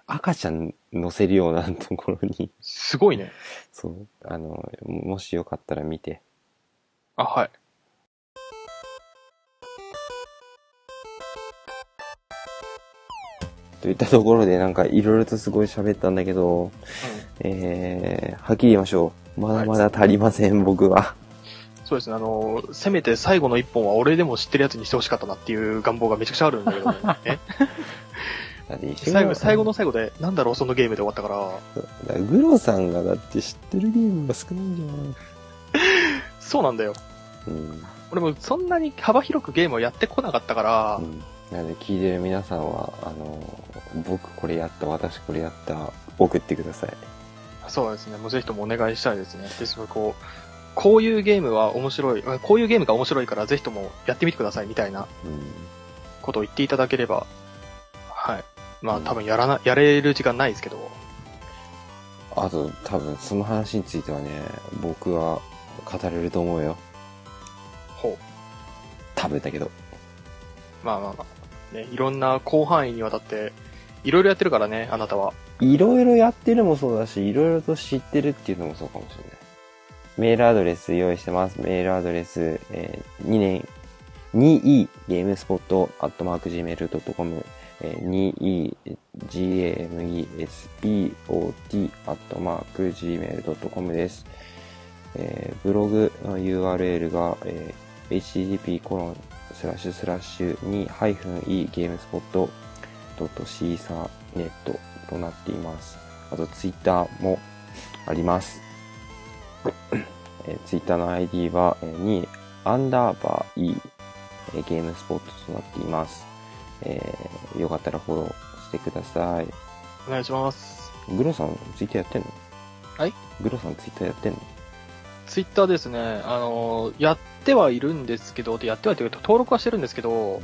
S2: 赤ちゃん乗せるようなところに、
S3: すごいね。
S2: そう、あの、もしよかったら見て。
S3: あ、はい。
S2: といったところでなんかいろいろとすごい喋ったんだけど、えー、はっきり言いましょう。まだまだ足りません、僕は。
S3: そうですね、あの、せめて最後の一本は俺でも知ってるやつにしてほしかったなっていう願望がめちゃくちゃあるんだけ ど、ね、
S2: だって一緒に
S3: 最後、最後の最後で、なんだろう、そのゲームで終わったから、
S2: だからグロさんがだって知ってるゲームが少ないんじゃない
S3: そうなんだよ。
S2: うん。
S3: 俺もそんなに幅広くゲームをやってこなかったから
S2: う、ん。なので聞いてる皆さんは、あの、僕これやった、私これやった、送ってください。
S3: そうですね、もうぜひともお願いしたいですね。ですのでこう、こういうゲームは面白い、あこういうゲームが面白いからぜひともやってみてくださいみたい
S2: う
S3: な
S2: ん。
S3: ことを言っていただければ、はい。まあ多分やらな、やれる時間ないですけど、
S2: あと、多分その話についてはね、僕は語れると思うよ。
S3: ほ
S2: 多分だけど。
S3: う。まあまあまあ、ね、いろんな広範囲にわたって、いろいろやってるからね、あなたは。
S2: いろいろやってるもそうだし、いろいろと知ってるっていうのもそうかもしれない。メールアドレス用意してます。メールアドレス、えー2年、2egamespot.gmail.com、えー、2egamespot.gmail.com です。えーブログの URL が、えー http コロンスラッシュスラッシュ 2-egamespot.caesarnet となっています。あと、ツイッターもあります。 えツイッター Twitter の ID は、え2アンダーバー E、えーゲームスポットとなっています。えーよかったらフォローしてください。
S3: お願いします。
S2: グロさん、ツイッターやってんの
S3: はい
S2: グロさん、ツイッターやってんの
S3: ツイッターですね、あの、やってはいるんですけど、でやってはいというか、登録はしてるんですけど、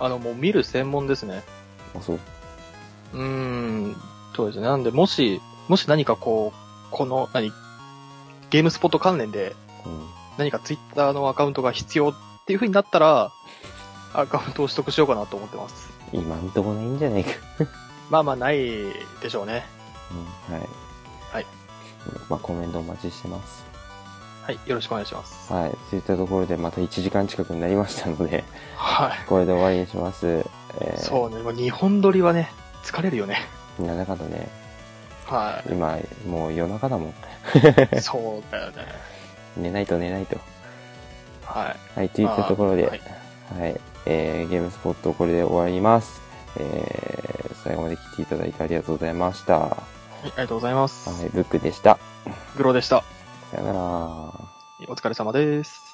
S3: あの、もう見る専門ですね。
S2: あ、そう。
S3: うーん、そうですね。なんで、もし、もし何かこう、この、何、ゲームスポット関連で、
S2: うん。
S3: 何かツイッターのアカウントが必要っていう風になったら、アカウントを取得しようかなと思ってます。
S2: 今んとこないんじゃないか。
S3: まあまあ、ないでしょうね。
S2: うん、はい。
S3: はい
S2: うん。まあ、コメントお待ちしてます。
S3: はい、よろしくお願いします。
S2: はい。といったところで、また1時間近くになりましたので、
S3: はい。
S2: これで終わりにします。えー
S3: そうね、もう日本撮りはね、疲れるよね。
S2: いや、だからね、
S3: は
S2: 今、もう夜中だもん。
S3: い。そうだよね。
S2: 寝ないと寝ないと。
S3: はい。
S2: はい、といったところで、
S3: は
S2: はいい、えー、ゲームスポットこれで終わります。えー、最後まで聞いていただいてありがとうございました。は
S3: ありがとうございます。
S2: い、ブックでした。
S3: グロでした。
S2: さよなら。
S3: お疲れ様です。